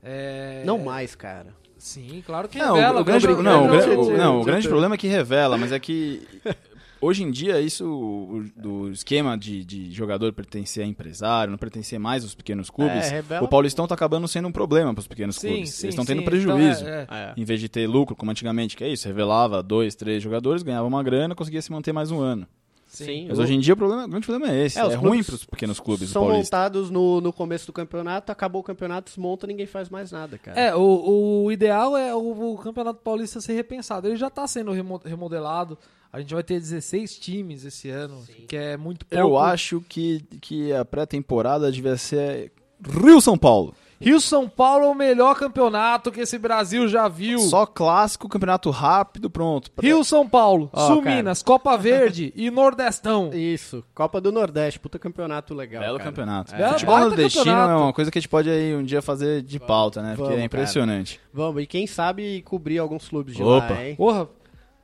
é-
Não mais, cara.
Sim, claro que
Não,
revela.
o grande,
vejo-
não, o
vejo-
gran- o-
vejo-
não, o
vejo-
grande problema é que revela, mas é que [LAUGHS] hoje em dia isso o- do esquema de, de jogador pertencer a empresário, não pertencer mais aos pequenos clubes,
É, revela-
o Paulistão tá acabando sendo um problema para os pequenos
Sim,
clubes.
sim,
Eles estão tendo
sim,
prejuízo.
então, é, é.
Em vez de ter lucro, como antigamente, que é isso, revelava dois, três jogadores, ganhava uma grana, conseguia se manter mais um ano.
Sim.
Mas hoje em dia o, problema, o grande problema é esse,
É,
é,
os
ruim
clubes
para os pequenos clubes do
São
Paulista.
montados no, no começo do campeonato, acabou o campeonato, desmonta, ninguém faz mais nada, cara.
É, o, o ideal é o, o Campeonato Paulista ser repensado. Ele já está sendo remo- remodelado. A gente vai ter 16 times esse ano, que é muito pouco.
Eu acho que, que a pré-temporada devia ser Rio São Paulo.
Rio São Paulo é o melhor campeonato que esse Brasil já viu.
Só clássico, campeonato rápido, pronto. Pra-
Rio São Paulo,
Ó,
Sul
cara.
Minas, Copa Verde e
[LAUGHS]
Nordestão.
Isso, Copa do Nordeste, puta campeonato legal.
Belo
cara.
campeonato.
Belo-
Futebol
baita
nordestino é
campeonato.
uma coisa que a gente pode aí um dia fazer de pauta, né? Porque
vamos,
é impressionante.
Vamos, e quem sabe cobrir alguns clubes de
Opa.
lá, hein?
Porra,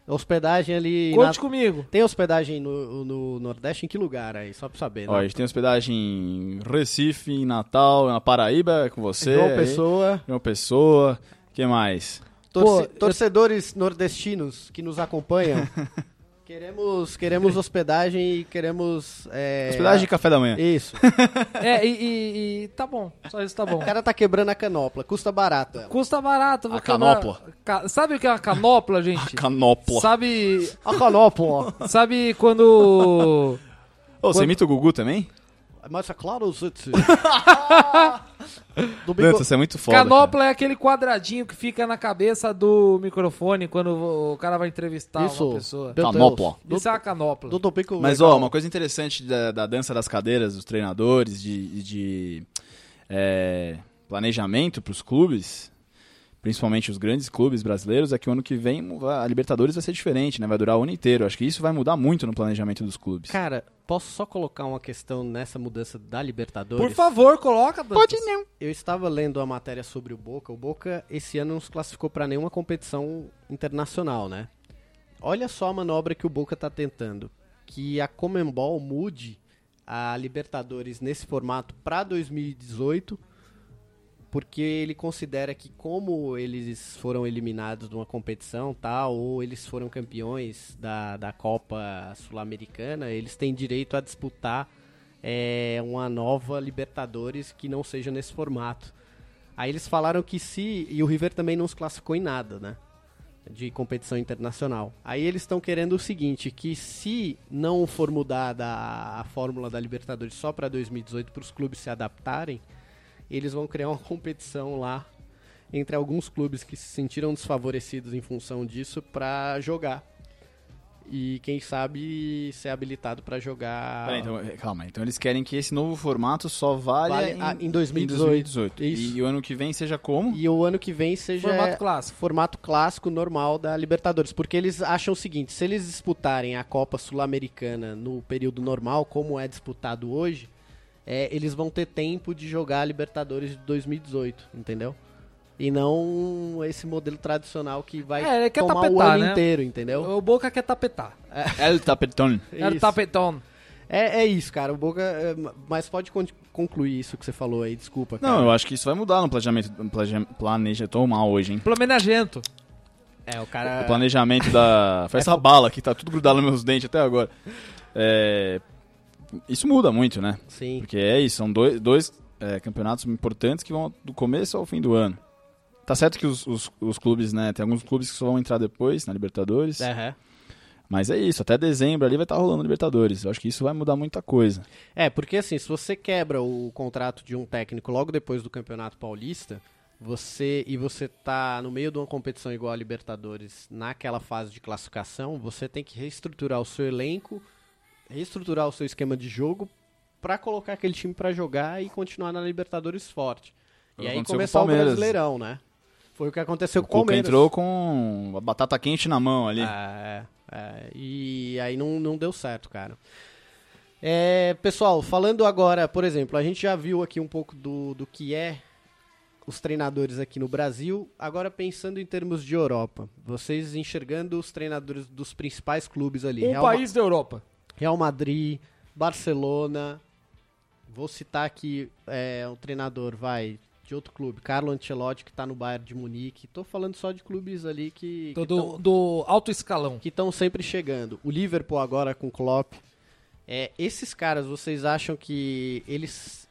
Hospedagem ali.
conte
na-
comigo.
Tem hospedagem no, no Nordeste em que lugar aí? Só pra saber, né?
Ó, a gente tem hospedagem em Recife, em Natal, na Paraíba, é com você.
João
aí.
Pessoa.
João Pessoa. que mais?
Torce-
Pô, eu-
Torcedores nordestinos que
[LAUGHS]
nos acompanham. queremos, queremos hospedagem e queremos. é,
Hospedagem de café da manhã.
[LAUGHS] Isso.
É, e, e- e tá bom, só isso tá bom.
O cara tá quebrando a canopla, custa barato. ela.
Custa barato. vou
A
quebrar-
canopla.
Ca- Sabe o que é uma canopla, gente?
Canopla.
Sabe,
A canopla.
sabe quando...
Ô, você imita o Gugu também?
Mas é claro,
[LAUGHS]
Zutsu. Do bico-
Dantas, você é muito foda. cara.
Canopla é aquele quadradinho que fica na cabeça do microfone quando o cara vai entrevistar
Isso.
uma pessoa.
Meu
Canopla.
Deus.
Isso é uma canopla.
Do topico.
Mas,
legal.
ó, uma coisa interessante da, da dança das cadeiras, dos treinadores, de, de é, planejamento para os clubes, principalmente os grandes clubes brasileiros, é que o ano que vem a Libertadores vai ser diferente, né? Vai durar o ano inteiro. Acho que isso vai mudar muito no planejamento dos clubes.
Cara, posso só colocar uma questão nessa mudança da Libertadores?
Por favor, coloca. Dantas.
Pode não.
Eu estava lendo a matéria sobre o Boca. O Boca esse ano não se classificou para nenhuma competição internacional, né? Olha só a manobra que o Boca está tentando. Que a Comembol mude a Libertadores nesse formato para 2018, porque ele considera que como eles foram eliminados de uma competição, tal, ou eles foram campeões da, da Copa Sul-Americana, eles têm direito a disputar é, uma nova Libertadores que não seja nesse formato. Aí eles falaram que se. E o River também não se classificou em nada, né? De competição internacional. Aí eles estão querendo o seguinte: que se não for mudada a a fórmula da Libertadores só para 2018, para os clubes se adaptarem, eles vão criar uma [LAUGHS] competição lá entre alguns clubes que se sentiram desfavorecidos em função disso para jogar. e quem sabe ser habilitado pra jogar
Peraí, então, eh, calma. Então eles querem que esse novo formato só valha
ah. Vale-
em,
ah, em
em
2018. Isso.
E, o ano que vem seja como?
e [LAUGHS] o ano que vem seja
Formato clássico.
formato clássico normal da Libertadores, porque eles acham o seguinte, se eles disputarem a Copa Sul-Americana no período normal, como é disputado hoje, é, eles vão ter tempo de jogar a Libertadores de 2018, entendeu? E não esse modelo tradicional que vai
É, ele quer
tomar o
tapetar,
ano
né?
inteiro, entendeu?
O Boca quer tapetar. um,
El Tapetón.
É
Era
isso.
tapetão.
É, é isso, cara. O Boca. é, Mas pode con- concluir isso que você falou aí, desculpa. Cara.
Não, eu acho que isso vai mudar no planejamento. no planeja- Planeja, tô mal hoje, hein?
Plamenagento.
É, o
O
cara.
[LAUGHS]
planejamento da. Faz essa bala aqui, tá tudo grudado nos meus dentes até agora. É, Isso muda muito, né?
Sim.
Porque é isso, são dois, dois é, campeonatos importantes que vão do começo ao fim do ano. Tá certo que os, os, os clubes, né? Tem alguns clubes que só vão entrar depois na Libertadores.
É.
Aham.
Mas é isso, até dezembro ali vai estar rolando Libertadores. Eu acho que isso vai mudar muita coisa.
É, porque assim, se você quebra o contrato de um técnico logo depois do Campeonato Paulista, você e você tá no meio de uma competição igual a Libertadores, naquela fase de classificação, você tem que reestruturar o seu elenco, reestruturar o seu esquema de jogo pra colocar aquele time pra jogar e continuar na Libertadores forte. e
Foi o que
aí
aconteceu com o
começar o
Palmeiras.
Brasileirão, né? Foi o que aconteceu
O
com o
Cuca
Palmeiras.
entrou com a batata quente na mão ali.
É, é, e aí não, não deu certo, cara. É, pessoal, falando agora, por exemplo, a gente já viu aqui um pouco do, do que é os treinadores aqui no Brasil. Agora pensando em termos de Europa, vocês enxergando os treinadores dos principais clubes ali,
Um
Real, Ma-
país da Europa.
Real Madrid, Barcelona. Vou citar aqui é, um treinador, vai, de outro clube, Carlo Ancelotti, que tá no Bayern de Munique. Tô falando só de clubes ali que...
Do,
que tão-
do, do alto escalão.
que estão sempre chegando. O Liverpool agora com o Klopp. É, esses caras, vocês acham que eles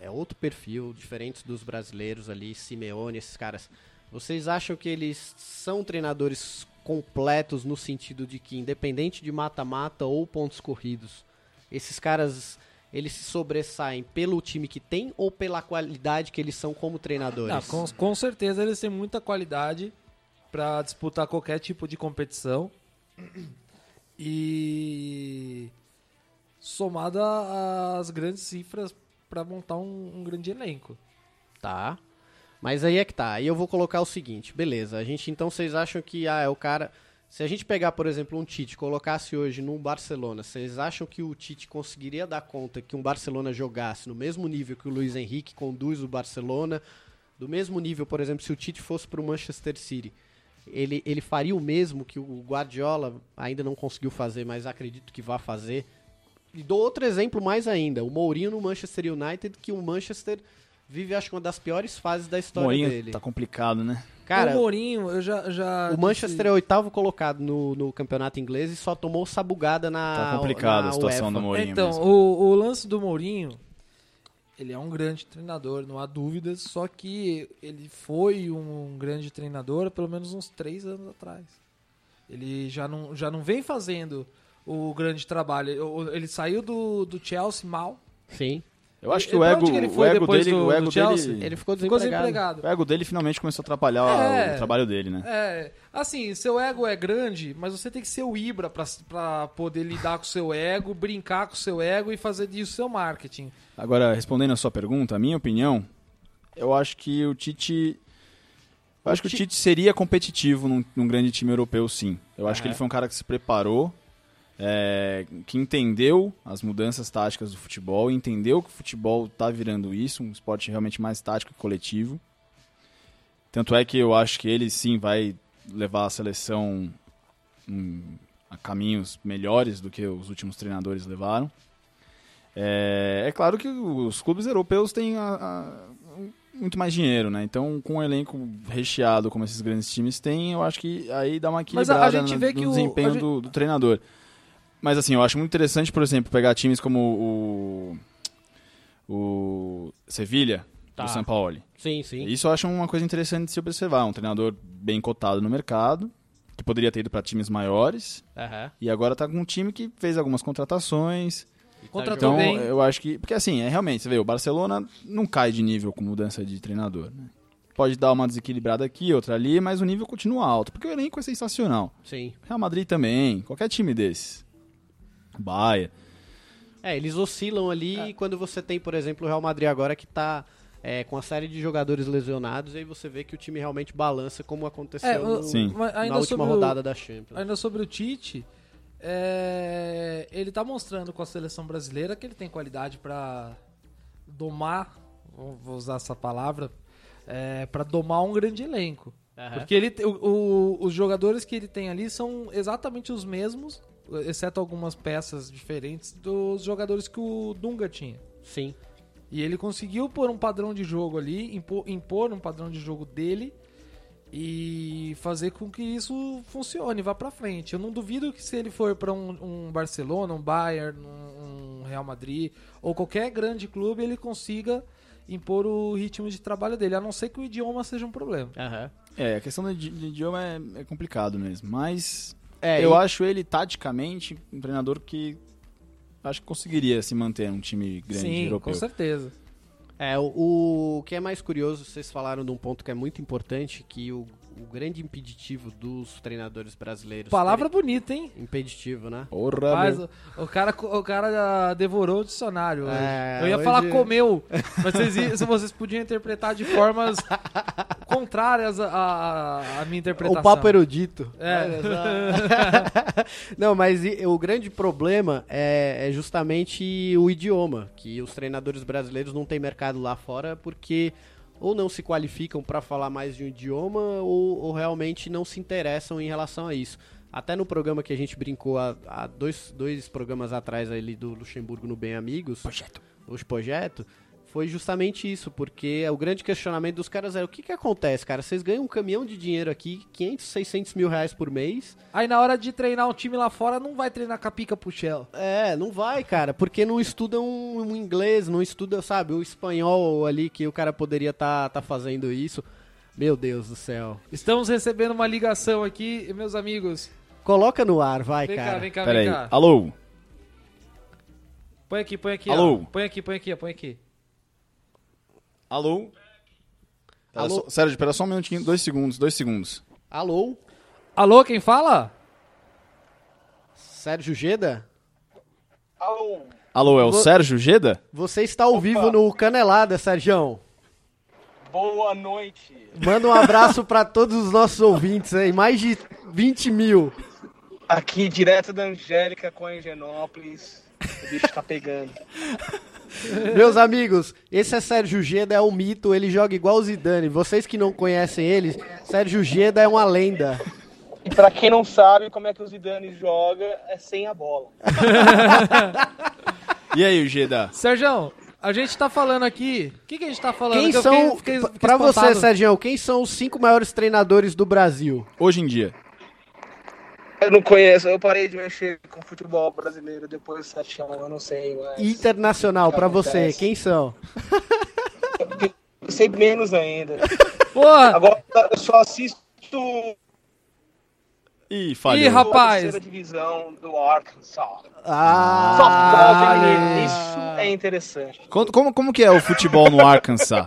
é outro perfil diferente dos brasileiros ali, Simeone, esses caras. Vocês acham que eles são treinadores completos no sentido de que independente de mata-mata ou pontos corridos, esses caras eles se sobressaem pelo time que tem ou pela qualidade que eles são como treinadores?
Ah, com, com certeza eles têm muita qualidade pra disputar qualquer tipo de competição. E somada às grandes cifras pra montar um, um grande elenco.
Tá. Mas aí é que tá. Aí eu vou colocar o seguinte, beleza. A gente então vocês acham que ah, é o cara. Se a gente pegar, por exemplo, um Tite, e colocasse hoje num Barcelona, vocês acham que o Tite conseguiria dar conta que um Barcelona jogasse no mesmo nível que o Luiz Henrique conduz o Barcelona, do mesmo nível, por exemplo, se o Tite fosse pro Manchester City? Ele, ele faria o mesmo que o Guardiola ainda não conseguiu fazer, mas acredito que vá fazer. E dou outro exemplo mais ainda, o Mourinho no Manchester United, que o Manchester vive, acho que uma das piores fases da história
Mourinho
dele.
tá complicado, né?
Cara,
o Mourinho, eu já. já
o Manchester é o oitavo colocado no, no campeonato inglês e só tomou sabugada na.
Tá complicada
na
a situação
UEFA.
do Mourinho.
Ah, Então,
mesmo.
o, o lance do Mourinho, ele é um grande treinador, não há dúvidas, só que ele foi um grande treinador há pelo menos uns três anos atrás. Ele já não, já não vem fazendo o grande trabalho. O- Ele saiu do, do Chelsea mal.
Sim.
eu acho que
E
o
pra
ego,
onde que ele
o
foi
ego
depois
dele,
do-
o ego
do Chelsea?
dele,
Ele ficou
Ficou
desempregado.
desempregado.
o ego dele finalmente começou a atrapalhar
É.
o trabalho dele, né?
É, assim, seu ego é grande, mas você tem que ser o Ibra pra, pra poder lidar com o seu ego, brincar com o seu ego e fazer disso seu marketing.
Agora, respondendo a sua pergunta, a minha opinião, eu acho que o Tite. Eu acho que o Tite seria competitivo num, num grande time europeu, sim. Eu acho que ele foi um cara que se preparou, é, que entendeu as mudanças táticas do futebol, entendeu que o futebol tá virando isso, um esporte realmente mais tático e coletivo. Tanto é que eu acho que ele sim vai levar a seleção hum, a caminhos melhores do que os últimos treinadores levaram. É, é claro que os clubes europeus têm a- a- um- muito mais dinheiro, né? Então, com um elenco recheado como esses grandes times têm, eu acho que aí dá uma
Mas a-
equilibrada
a gente vê
no,
que
no
o-
desempenho
a gente-
do, do treinador. Mas assim, eu acho muito interessante, por exemplo, pegar times como o, o Sevilha,
Tá.
do São Paulo.
Sim, sim.
Isso eu acho uma coisa interessante de se observar. Um treinador bem cotado no mercado, que poderia ter ido para times maiores,
Aham.
e agora tá com um time que fez algumas contratações.
Contratou
Então,
Tá bem.
é eu acho que. Porque assim, é realmente, você vê, o Barcelona não cai de nível com mudança de treinador. né? Pode dar uma desequilibrada aqui, outra ali, mas o nível continua alto. Porque o elenco é sensacional.
Sim.
Real Madrid também, qualquer time desses. Baia.
É, eles oscilam ali
É.
e quando você tem, por exemplo, o Real Madrid agora que tá é, com a série de jogadores lesionados, aí você vê que o time realmente balança como aconteceu
É, o-
no-
Sim.
mas
na
ainda
última
sobre o-
rodada da Champions.
Ainda sobre o Tite, é, ele tá mostrando com a seleção brasileira que ele tem qualidade pra domar, vou vou usar essa palavra, é, para domar um grande elenco.
Aham.
Porque ele, te- o- o- os jogadores que ele tem ali são exatamente os mesmos, exceto algumas peças diferentes dos jogadores que o Dunga tinha.
Sim.
E ele conseguiu pôr um padrão de jogo ali, impor, impor um padrão de jogo dele e fazer com que isso funcione, vá pra frente. Eu não duvido que se ele for pra um, um Barcelona, um Bayern, um, um Real Madrid ou qualquer grande clube, ele consiga impor o ritmo de trabalho dele, a não ser que o idioma seja um problema.
Aham.
É, a questão do idi- do idioma é, é complicado mesmo, mas
É,
eu
e-
acho ele, taticamente, um treinador que acho que conseguiria se manter um time grande
Sim,
europeu.
com certeza.
É, o, o que é mais curioso, vocês falaram de um ponto que é muito importante, que o, o grande impeditivo dos treinadores brasileiros.
Palavra bonita, hein?
terem- Impeditivo, né?
Porra,
Mas
meu.
o, o cara, co- o cara ah, devorou o dicionário. hoje.
É,
Eu ia
hoje-
falar comeu, mas vocês, i- se vocês podiam interpretar de formas contrárias à- à à minha interpretação.
O papo erudito.
É.
Olha só. [LAUGHS] Não, mas e- o grande problema é, é justamente o idioma, que os treinadores brasileiros não têm mercado lá fora porque ou não se qualificam para falar mais de um idioma ou, ou realmente não se interessam em relação a isso. Até no programa que a gente brincou há, há dois, dois programas atrás ali do Luxemburgo no Bem Amigos, os projetos, foi justamente isso, porque o grande questionamento dos caras era o que que acontece, cara? Vocês ganham um caminhão de dinheiro aqui, 500, 600 mil reais por mês.
Aí na hora de treinar um time lá fora, não vai treinar com a pica pro Shell.
É, não vai, cara, porque não estudam um inglês, não estudam, sabe, o espanhol ali que o cara poderia estar tá, tá fazendo isso. Meu Deus do céu.
Estamos recebendo uma ligação aqui, meus amigos.
Coloca no ar, vai,
Vem cá,
É, cara.
vem cá,
Peraí,
vem cá.
alô?
Põe aqui, põe aqui.
Alô?
ó. Põe aqui, põe aqui, ó, põe aqui.
Alô? Pera
Alô?
só- Sérgio, espera só um minutinho, dois segundos, dois segundos.
Alô?
Alô, quem fala?
Sérgio Geda?
Alô, é o
Vou-
Sérgio Geda?
Você está ao vivo no Canelada, Sérgio.
Boa noite.
Manda um abraço para todos os nossos ouvintes aí, mais de 20 mil.
Aqui direto da Angélica com a Higienópolis. O bicho tá pegando.
Meus amigos, esse é Sérgio Geda, é um mito, ele joga igual o Zidane. Vocês que não conhecem ele, Sérgio Geda é uma lenda.
E pra quem não sabe como é que o Zidane joga, é sem a bola.
E aí, Geda?
Sérgio, a gente tá falando aqui. O que, que a gente tá falando?
Quem
Que eu
são,
fiquei- fiquei- fiquei
pra você,
espantado.
Sérgio, quem são os cinco maiores treinadores do Brasil?
Hoje em dia.
Eu não conheço, eu parei de mexer com futebol brasileiro depois do 7 a 1, eu não sei, mas.
Internacional, pra você,
Acontece.
quem são?
Eu sei menos ainda.
Porra,
Agora eu só assisto
Ih, falhou.
Ih, rapaz.
a terceira divisão do Arkansas. Só
Ah,
futebol feminino. Isso é interessante.
Conta- Como, como que é o futebol no Arkansas?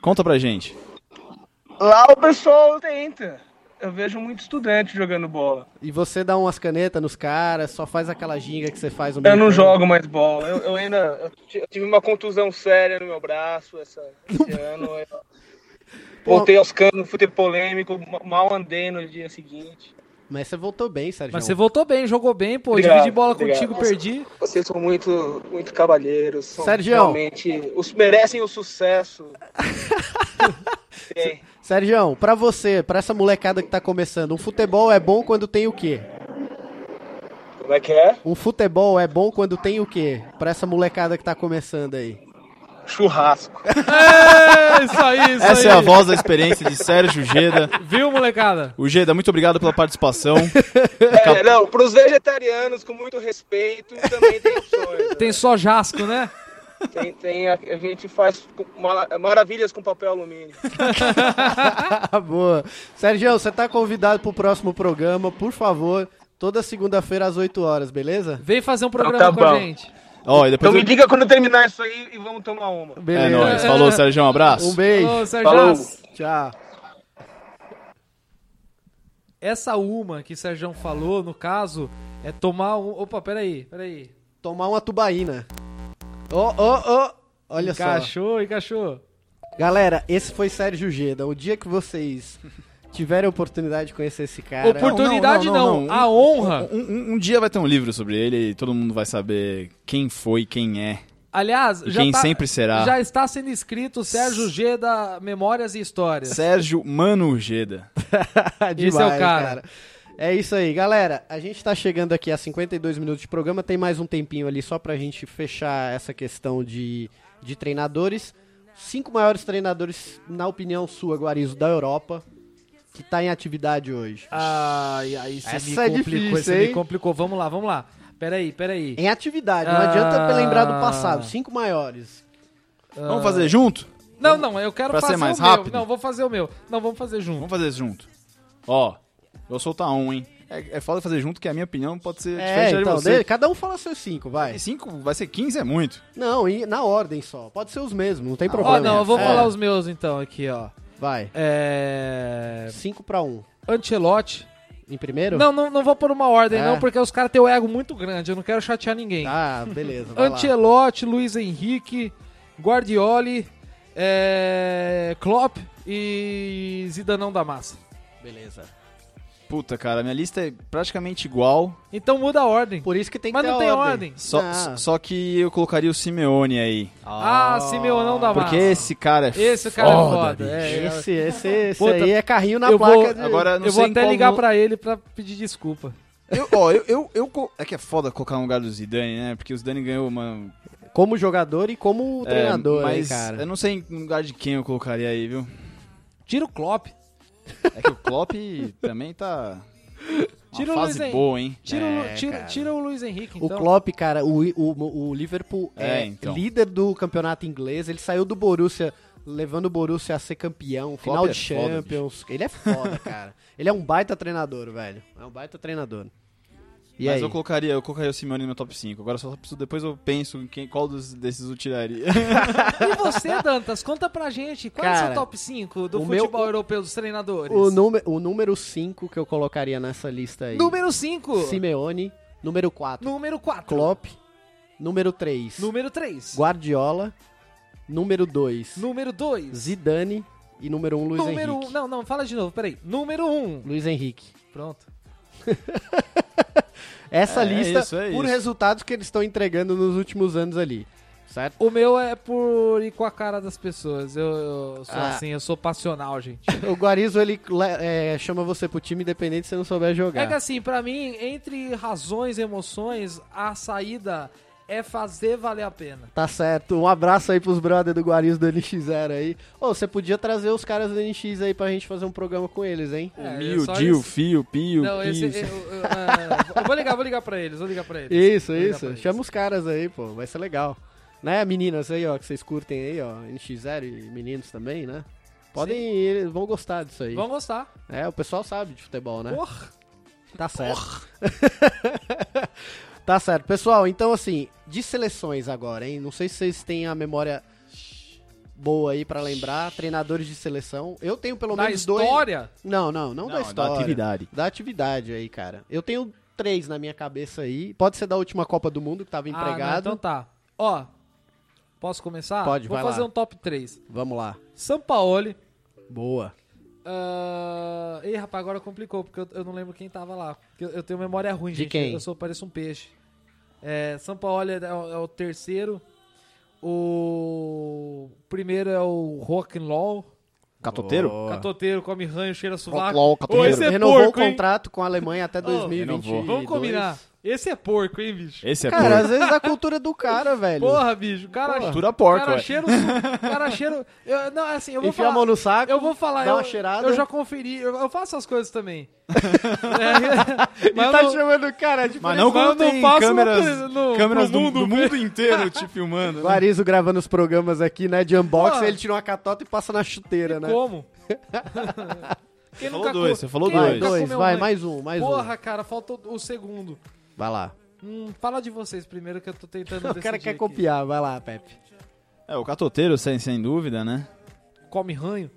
Conta pra gente.
Lá o pessoal tenta. Eu vejo muito estudante jogando bola.
e você dá umas canetas nos caras, só faz aquela ginga que você faz no
Eu não
meio campo.
jogo mais bola. Eu, eu ainda eu ti- eu tive uma contusão séria no meu braço essa, esse ano. Eu voltei aos canos, fui ter polêmico, ma- mal andei no dia seguinte.
Mas você voltou bem, Sérgio.
mas você voltou bem, jogou bem, pô.
um Obrigado,
dividi bola
obrigado.
contigo, perdi.
Vocês são muito, muito cavalheiros. São
Sérgio.
Realmente, os, merecem o sucesso. Bem,
Sérgio, pra você, pra essa molecada que tá começando, um futebol é bom quando tem o quê?
como é que é?
Um futebol é bom quando tem o quê? Pra essa molecada que tá começando aí. [LAUGHS]
Churrasco.
É, isso aí, isso
Essa
aí.
é a voz da experiência de Sérgio Geda.
Viu, molecada?
O Geda, muito obrigado pela participação.
É, não, pros vegetarianos, com muito respeito, também tem opções. né?
Tem só jasco, né?
Tem, tem a, a gente faz com- mala- maravilhas com papel alumínio.
Boa. Sérgio, você tá convidado pro próximo programa, por favor. Toda segunda-feira às 8 horas, beleza?
Vem fazer um programa
Então tá
com a
bom.
gente.
Ó, e
Então
depois.
me
Eu...
diga quando terminar isso aí e vamos tomar uma.
É nóis. Falou, Sérgio. Um abraço.
Um beijo.
Ô, Sérgio,
Falou.
Tchau.
essa uma que o Sérgio falou, no caso, é tomar um. Opa, peraí, peraí.
Tomar uma tubaína. Ô, ô, ô. Olha só.
Encaixou, encaixou.
Galera, esse foi Sérgio Geda. O dia que vocês tiverem a oportunidade de conhecer esse cara...
Oportun- Oportunidade
É, Não, não,
não,
não, não.
a honra.
Um, um- um dia vai ter um livro sobre ele e todo mundo vai saber quem foi, quem é.
Aliás,
E
já,
quem
tá-
sempre será.
já está sendo escrito Sérgio G da Memórias e Histórias.
Sérgio Mano Ojeda.
Esse é o cara.
Tá É isso aí, galera. A gente tá chegando aqui a 52 minutos de programa. Tem mais um tempinho ali só pra gente fechar essa questão de, de treinadores. Cinco maiores treinadores, na opinião sua, Guarizo, da Europa, que tá em atividade hoje.
Ai, aí você
Essa é
me complicou,
difícil,
você me
hein?
complicou. Vamos lá, vamos lá. Peraí, peraí.
Em atividade, não
Ah.
adianta lembrar do passado. Cinco maiores. Ah.
Vamos fazer junto?
Não, não, eu quero
Pra ser
fazer
mais
o meu.
rápido?
Não, vou fazer o meu. Não, vamos fazer junto.
Vamos fazer isso junto. Ó, vou soltar um, hein? É, é foda fazer junto, que a minha opinião pode ser
É,
diferente da
então,
de você.
de- cada um fala seus cinco, vai.
5 vai ser 15 é muito.
Não, e na ordem só. Pode ser os mesmos, não tem
Ó,
problema.
Ah, não, eu vou
É,
falar os meus então aqui, ó.
Vai.
É.
Cinco pra um.
Ancelotti.
Em primeiro?
Não, não, não vou pôr uma ordem,
É.
não, porque os caras têm o ego muito grande. Eu não quero chatear ninguém.
Ah, beleza. vai lá.
Ancelotti, Luiz Henrique, Guardioli, é, Klopp e Zidanão da Massa.
Beleza.
Puta, cara, minha lista é praticamente igual.
Então muda a ordem.
Por isso que tem que
Mas
ter
não
a
tem
ordem.
ordem.
Só,
Ah.
só que eu colocaria o Simeone aí.
Ah, Simeonão da Massa.
Porque esse cara é
Esse cara é foda,
bicho.
é.
Esse, esse, esse
Puta,
aí é carrinho na
eu
placa.
vou-
de-
Agora, não
Eu
sei
vou
em
até
qual
ligar
no-
pra ele pra pedir desculpa.
Eu, ó, eu, eu, eu co- É que é foda colocar no lugar do Zidane, né? Porque o Zidane ganhou, mano.
Como jogador e como
É,
treinador, hein,
mas
cara.
Eu não sei no lugar de quem eu colocaria aí, viu?
Tira o Klopp.
É que o Klopp também tá. Uma
Tira o
fase
Luiz Hen-
boa, hein?
Tira, o Lu-
É,
tira,
cara.
tira o Luiz Henrique,
O
então.
Klopp, cara, o, o, o Liverpool é,
É, então.
líder do campeonato inglês. Ele saiu do Borussia, levando o Borussia a ser campeão, final de
é foda,
Champions. ele é foda, [LAUGHS] cara. Ele é um baita treinador, velho. É um baita treinador. E
Mas
aí?
eu colocaria, eu colocaria o Simeone no meu top 5. Agora só preciso, depois eu penso em quem, qual dos, desses eu tiraria.
E você, Dantas, conta pra gente. Qual é o
Cara,
seu top 5 do
o meu-
futebol europeu dos treinadores?
O, número- o número 5 que eu colocaria nessa lista aí.
Número 5.
Simeone. Número 4,
Número 4.
Klopp. Número 3,
Número 3.
Guardiola. Número 2,
Número 2.
Zidane. E número 1, um, Luiz
Número
Henrique.
1. Não, não, fala de novo, peraí. Número 1. Um.
Luiz Henrique.
Pronto.
Essa
É, é
lista
isso, é
por
isso.
resultados que eles estão entregando nos últimos anos ali. Certo?
O meu é por ir com a cara das pessoas. Eu, eu sou
Ah.
assim, eu sou passional, gente.
O Guarizo, ele le- é, chama você pro time independente se você não souber
É que
jogar.
assim, pra mim, entre razões e emoções, a saída é fazer valer a pena.
Tá certo. Um abraço aí pros brothers do Guarizo do NX0 aí. Ô, você podia trazer os caras do NX aí pra gente fazer um programa com eles, hein?
É,
Mil,
só
Dio,
esse-
Fio, Pio,
Não, esse,
Pio.
eu, eu- é, eu vou ligar, vou ligar pra eles, vou ligar pra eles.
Isso,
Vou ligar pra
isso.
eles.
Chama os caras aí, pô. Vai ser legal. Né, meninas aí, ó, que vocês curtem aí, ó. NX0 e meninos também, né? Podem ir, eles vão gostar disso aí.
Vão gostar.
É, o pessoal sabe de futebol, né?
Porra.
Tá certo. tá certo. Pessoal, então assim, de seleções agora, hein? Não sei se vocês têm a memória boa aí pra lembrar, treinadores de seleção. Eu tenho pelo
Na
menos dois.
história, Ah,
Não, não, não, da
Não, é
história.
Da atividade.
Da atividade aí, cara. Eu tenho três na minha cabeça aí. Pode ser da última Copa do Mundo que tava
Ah, não,
empregado.
então tá. Ó, posso começar?
Pode,
Vou
vai
fazer
lá.
um top 3.
Vamos lá.
Sampaoli.
Boa.
ah, Ih, rapaz, agora complicou, porque eu, eu não lembro quem tava lá. Porque Eu, eu tenho memória ruim,
De
gente.
quem?
Eu sou, pareço um peixe. É, Sampaoli é, é o é o terceiro. O primeiro é o Rock'n'Law.
Catoteiro?
Catoteiro, come ranho, cheira sovaco.
Rock'n'Law,
Ô,
catoteiro.
esse é
Renovou
porco,
o
hein?
contrato com a Alemanha até
renovou.
2020.
Vamos combinar. Esse é porco, hein, bicho?
Esse é
Cara,
porco.
às vezes a cultura
[LAUGHS]
do cara, velho.
Porra, bicho. o Cara,
Cultura porca,
Cara,
ué.
cheiro... cara, cheiro... Eu, não, assim, eu vou
Enfia a
falar...
mão no saco.
Eu vou falar,
Dá
eu,
uma cheirada.
eu já conferi, eu, eu faço essas coisas
[LAUGHS]
também. É,
Ele
mas
tá
eu não-
chamando o cara de
Mas
Mas eu
não quando
não
tem
passo
câmeras,
no- no-
câmeras
pro
do,
mundo [LAUGHS]
do mundo inteiro te filmando. né?
Guarizo gravando os programas aqui, né? De unboxing,
Ah.
ele tira uma catota e passa na chuteira, né? [LAUGHS]
como? Quem
falou dois,
co-
você falou
quem
Vai,
dois.
nunca
dois,
comeu
vai,
um-
mais um, mais
Porra, cara, falta o o segundo.
um. Vai lá.
Hum, fala de vocês primeiro que eu tô tentando
[LAUGHS] O cara
decidir
quer
aqui.
copiar, vai lá, Pepe.
É, o catoteiro, sem, sem dúvida, né?
Come ranho?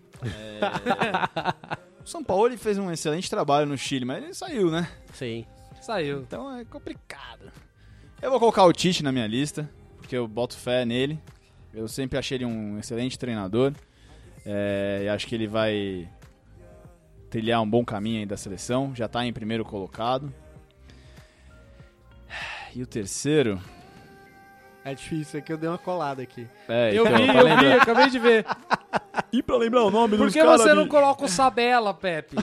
O São Paulo ele fez um excelente trabalho no Chile, mas ele saiu, né?
Sim.
Saiu.
Então é complicado. Eu vou colocar o Tite na minha lista, porque eu boto fé nele. Eu sempre achei ele um excelente treinador. É, e acho que ele vai trilhar um bom caminho aí da seleção. Já tá em primeiro colocado. E o terceiro.
É difícil, é que eu dei uma colada aqui. [LAUGHS]
É,
Eu
então,
vi,
tá
eu vi,
lembrando.
acabei de ver.
[LAUGHS] E pra lembrar o nome
Por
dos
que
caras,
você não
bicho?
coloca o Sabela, Pepe?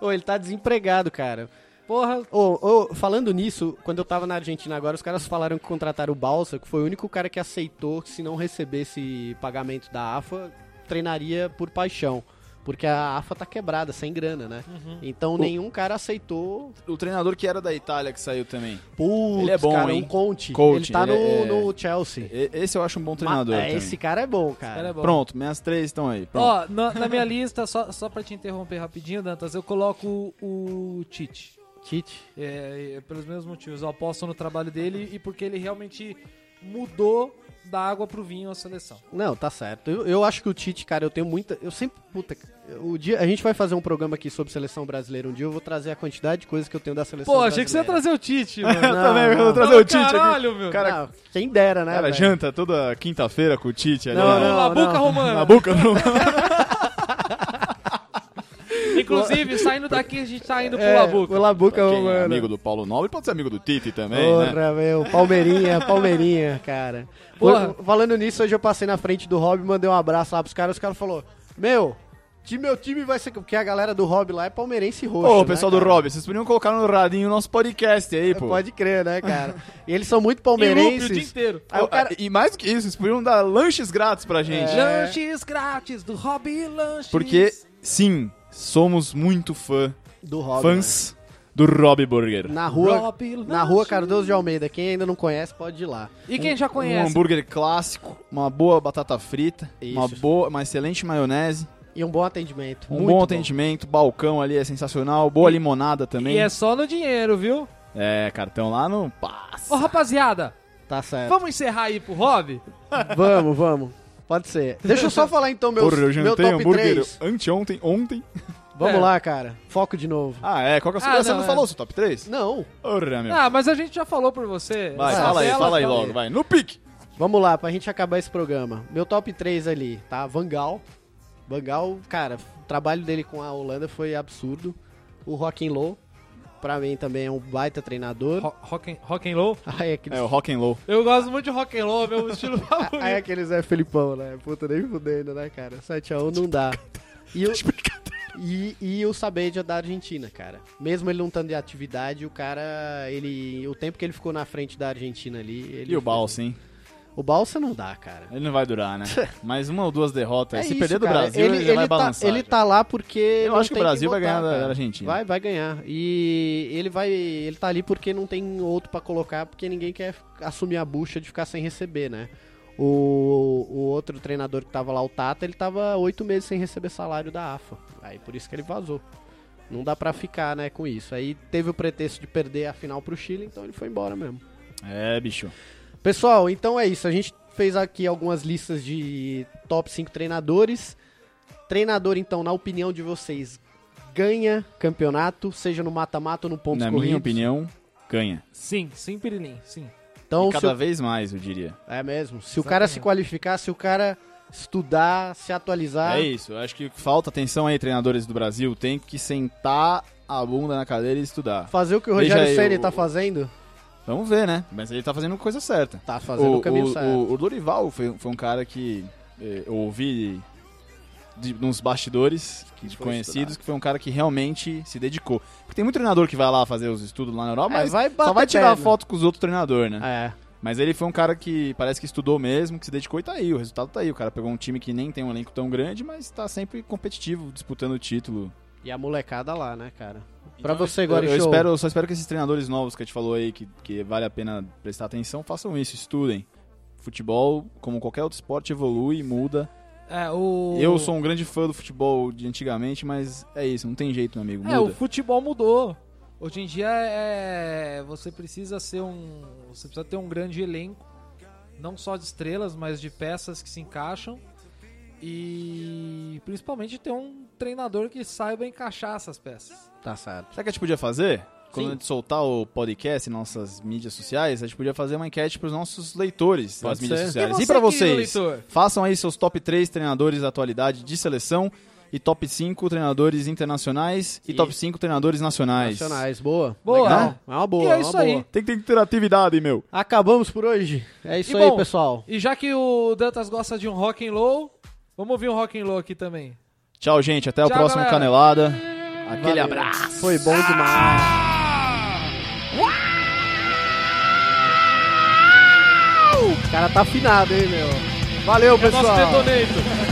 Ô, ele tá desempregado, cara.
Porra,
Ô, ô, falando nisso, quando eu tava na Argentina agora, os caras falaram que contrataram o Balsa, que foi o único cara que aceitou que se não recebesse pagamento da AFA, treinaria por paixão. Porque a AFA tá quebrada, sem grana, né? Então nenhum cara aceitou.
O treinador que era da Itália que saiu também.
Putz,
Ele é bom,
cara,
hein?
um Conte.
Conte,
ele tá
ele
no,
é-
no Chelsea.
E- Esse eu acho um bom treinador.
Ma- é,
também.
esse cara é bom, cara.
cara é bom.
Pronto, minhas três estão aí. Pronto.
Ó, na, na minha lista, só, só pra te interromper rapidinho, Dantas, eu coloco o, o Tite.
Tite.
É, é, pelos mesmos motivos. Eu aposto no trabalho dele e porque ele realmente mudou da água pro vinho a seleção.
Não, tá certo. Eu, eu acho que o Tite, cara, eu tenho muita. Eu sempre. Puta. O dia, a gente vai fazer um programa aqui sobre seleção brasileira um dia. Eu vou trazer a quantidade de coisas que eu tenho da seleção
Pô,
brasileira.
achei que você ia trazer o
[LAUGHS]
Tite, mano.
Não,
também, eu
não.
vou trazer o
Fala,
Tite aqui.
Caralho, meu.
Cara,
Não, quem dera, né?
Cara,
velho?
É, janta toda quinta-feira com o Tite ali.
Não,
né?
não.
Labuca
Na
Romana.
[LAUGHS]
boca não.
Inclusive, saindo daqui, a gente tá indo pro
É,
Labuca.
O Labuca,
Quem é
mano.
amigo do Paulo Nobre pode ser amigo do Tite também, né?
Porra, meu. Palmeirinha, Palmeirinha, cara.
Porra.
Pô, Falando nisso, hoje eu passei na frente do Hobby, mandei um abraço lá pros caras. Os caras falaram: Meu, time, meu time vai ser. Porque a galera do Hobby lá é palmeirense e roxo.
Ô,
né,
pessoal do
cara?
Rob, vocês poderiam colocar no radinho o nosso podcast aí, pô.
Pode crer, né, cara? E eles são muito
Em loop o dia
palmeirenses.
inteiro.
Aí Ah, o cara-
E mais do que isso, vocês poderiam dar lanches grátis pra
É.
gente.
Lanches grátis do Hobby Lanches.
Porque, sim, somos muito fã,
Do Hobby.
fãs
né?
do Rob Burger.
Na rua,
Rob
na rua Cardoso de Almeida. Quem ainda não conhece, pode ir lá.
E quem já
Um
conhece?
hambúrguer clássico, uma boa batata frita,
Isso.
uma boa, uma excelente maionese,
E um bom atendimento.
um
muito
bom atendimento, balcão ali é sensacional, boa limonada também.
e é só no dinheiro, viu?
É, cartão lá não
Ô,
passa.
rapaziada,
Tá certo.
vamos encerrar aí pro Hobby?
Vamos, vamos. Pode ser. Deixa eu só falar então meus,
Porra, eu
meu
jantei
top
hambúrguer
3.
anteontem, ontem.
Vamos
É.
lá, cara. Foco de novo.
Ah, é? Qual que é o seu?
Ah,
você
não,
não
é.
falou o seu top 3?
Não.
Porra, meu.
Ah, mas a gente já falou por você.
É. vai,
Essa
fala aí,
tela
fala aí
tá-
logo, vai. No pique!
Vamos lá, pra gente acabar esse programa. Meu top 3 ali, tá? Vangal. Vangal, cara, o trabalho dele com a Holanda foi absurdo. O Rock'n'Low, pra mim também é um baita treinador. [LAUGHS]
Ro- Rock and, rock and roll?
Aí aqueles,
É o rock and roll.
Eu gosto muito de rock and roll, meu estilo [LAUGHS] favorito.
aí aqueles é Felipão, né? Puta, nem fudendo, né, cara? 7x1 não dá. E o, e, e o Sabedia da Argentina, cara. Mesmo ele não estando de atividade, o cara, ele. O tempo que ele ficou na frente da Argentina ali. Ele
E o Balsa, hein?
O Balsa não dá, cara.
Ele não vai durar,
[LAUGHS]
né? Mais uma ou duas derrotas.
É
Se
isso,
perder do
cara.
Brasil, ele, já vai
tá,
balançar.
Ele
já.
tá lá porque.
Eu
não
acho que o
tem
Brasil vai
botar,
ganhar da
cara.
Argentina.
Vai, vai ganhar. E ele vai. Ele tá ali porque não tem outro pra colocar, porque ninguém quer assumir a bucha de ficar sem receber, né? O, o outro treinador que tava lá, o Tata, ele tava oito meses sem receber salário da AFA. Aí por isso que ele vazou. Não dá pra ficar, né, com isso. Aí teve o pretexto de perder a final pro Chile, então ele foi embora mesmo.
É, bicho.
Pessoal, então é isso. A gente fez aqui algumas listas de top 5 treinadores. Treinador, então, na opinião de vocês, ganha campeonato, seja no mata-mata ou no pontos
Na
corridos.
minha opinião, ganha.
Sim, sim, Pirilim, sim.
Então, se
e cada
o-
vez mais, eu diria.
é mesmo. Se o cara se qualificar, se o cara estudar, se atualizar,
É isso. Eu acho que falta atenção aí, treinadores do Brasil. Tem que sentar a bunda na cadeira e estudar.
fazer o que o
Veja
Rogério
aí,
Ceni
o-
tá fazendo,
Vamos ver, né? Mas ele tá fazendo coisa certa.
tá fazendo o, caminho
o,
certo.
o Dorival foi, foi um cara que eh, eu ouvi de, de uns bastidores de
foi
conhecidos
estudar.
que foi um cara que realmente se dedicou. Porque tem muito treinador que vai lá fazer os estudos lá na Europa,
É,
mas
vai
só
bater
vai tirar
perna.
foto com os outros treinadores, né?
É,
Mas ele foi um cara que parece que estudou mesmo, que se dedicou e tá aí. O resultado tá aí. O cara pegou um time que nem tem um elenco tão grande, mas tá sempre competitivo, disputando o título.
e a molecada lá, né, cara? pra
Então,
você,
eu-
agora,
eu, espero, eu só espero que esses treinadores novos que a gente falou aí, que, que vale a pena prestar atenção, façam isso, estudem. Futebol, como qualquer outro esporte, evolui, muda.
É, o...
Eu sou um grande fã do futebol de antigamente, mas é isso, não tem jeito, meu amigo.
É, o
Muda.
futebol mudou. Hoje em dia é, você precisa ser um, você precisa ter um grande elenco, não só de estrelas, mas de peças que se encaixam e principalmente ter um treinador que saiba encaixar essas peças.
Tá certo.
Sabe o que a gente podia fazer? Quando
Sim.
a gente soltar o podcast em nossas mídias sociais, a gente podia fazer uma enquete pros nossos leitores das
Pode
mídias
ser.
E
sociais.
você,
E, pra
querido
vocês,
leitor?
façam aí seus top 3 treinadores da atualidade de seleção e top 5 treinadores internacionais e,
E-
top 5 treinadores nacionais.
Nacionais, boa.
Boa.
Legal. É uma boa,
E é
é uma
isso
boa.
aí.
Tem que ter interatividade, meu.
Acabamos por hoje. É isso
E
aí,
bom,
pessoal.
E já que o Dantas gosta de um rock and roll, vamos ouvir um rock and roll aqui também.
Tchau, gente. Até o
Tchau,
próximo
galera.
Canelada. Aquele abraço.
Foi bom demais. O cara tá afinado, hein, meu? Valeu, pessoal.
Nosso detonator.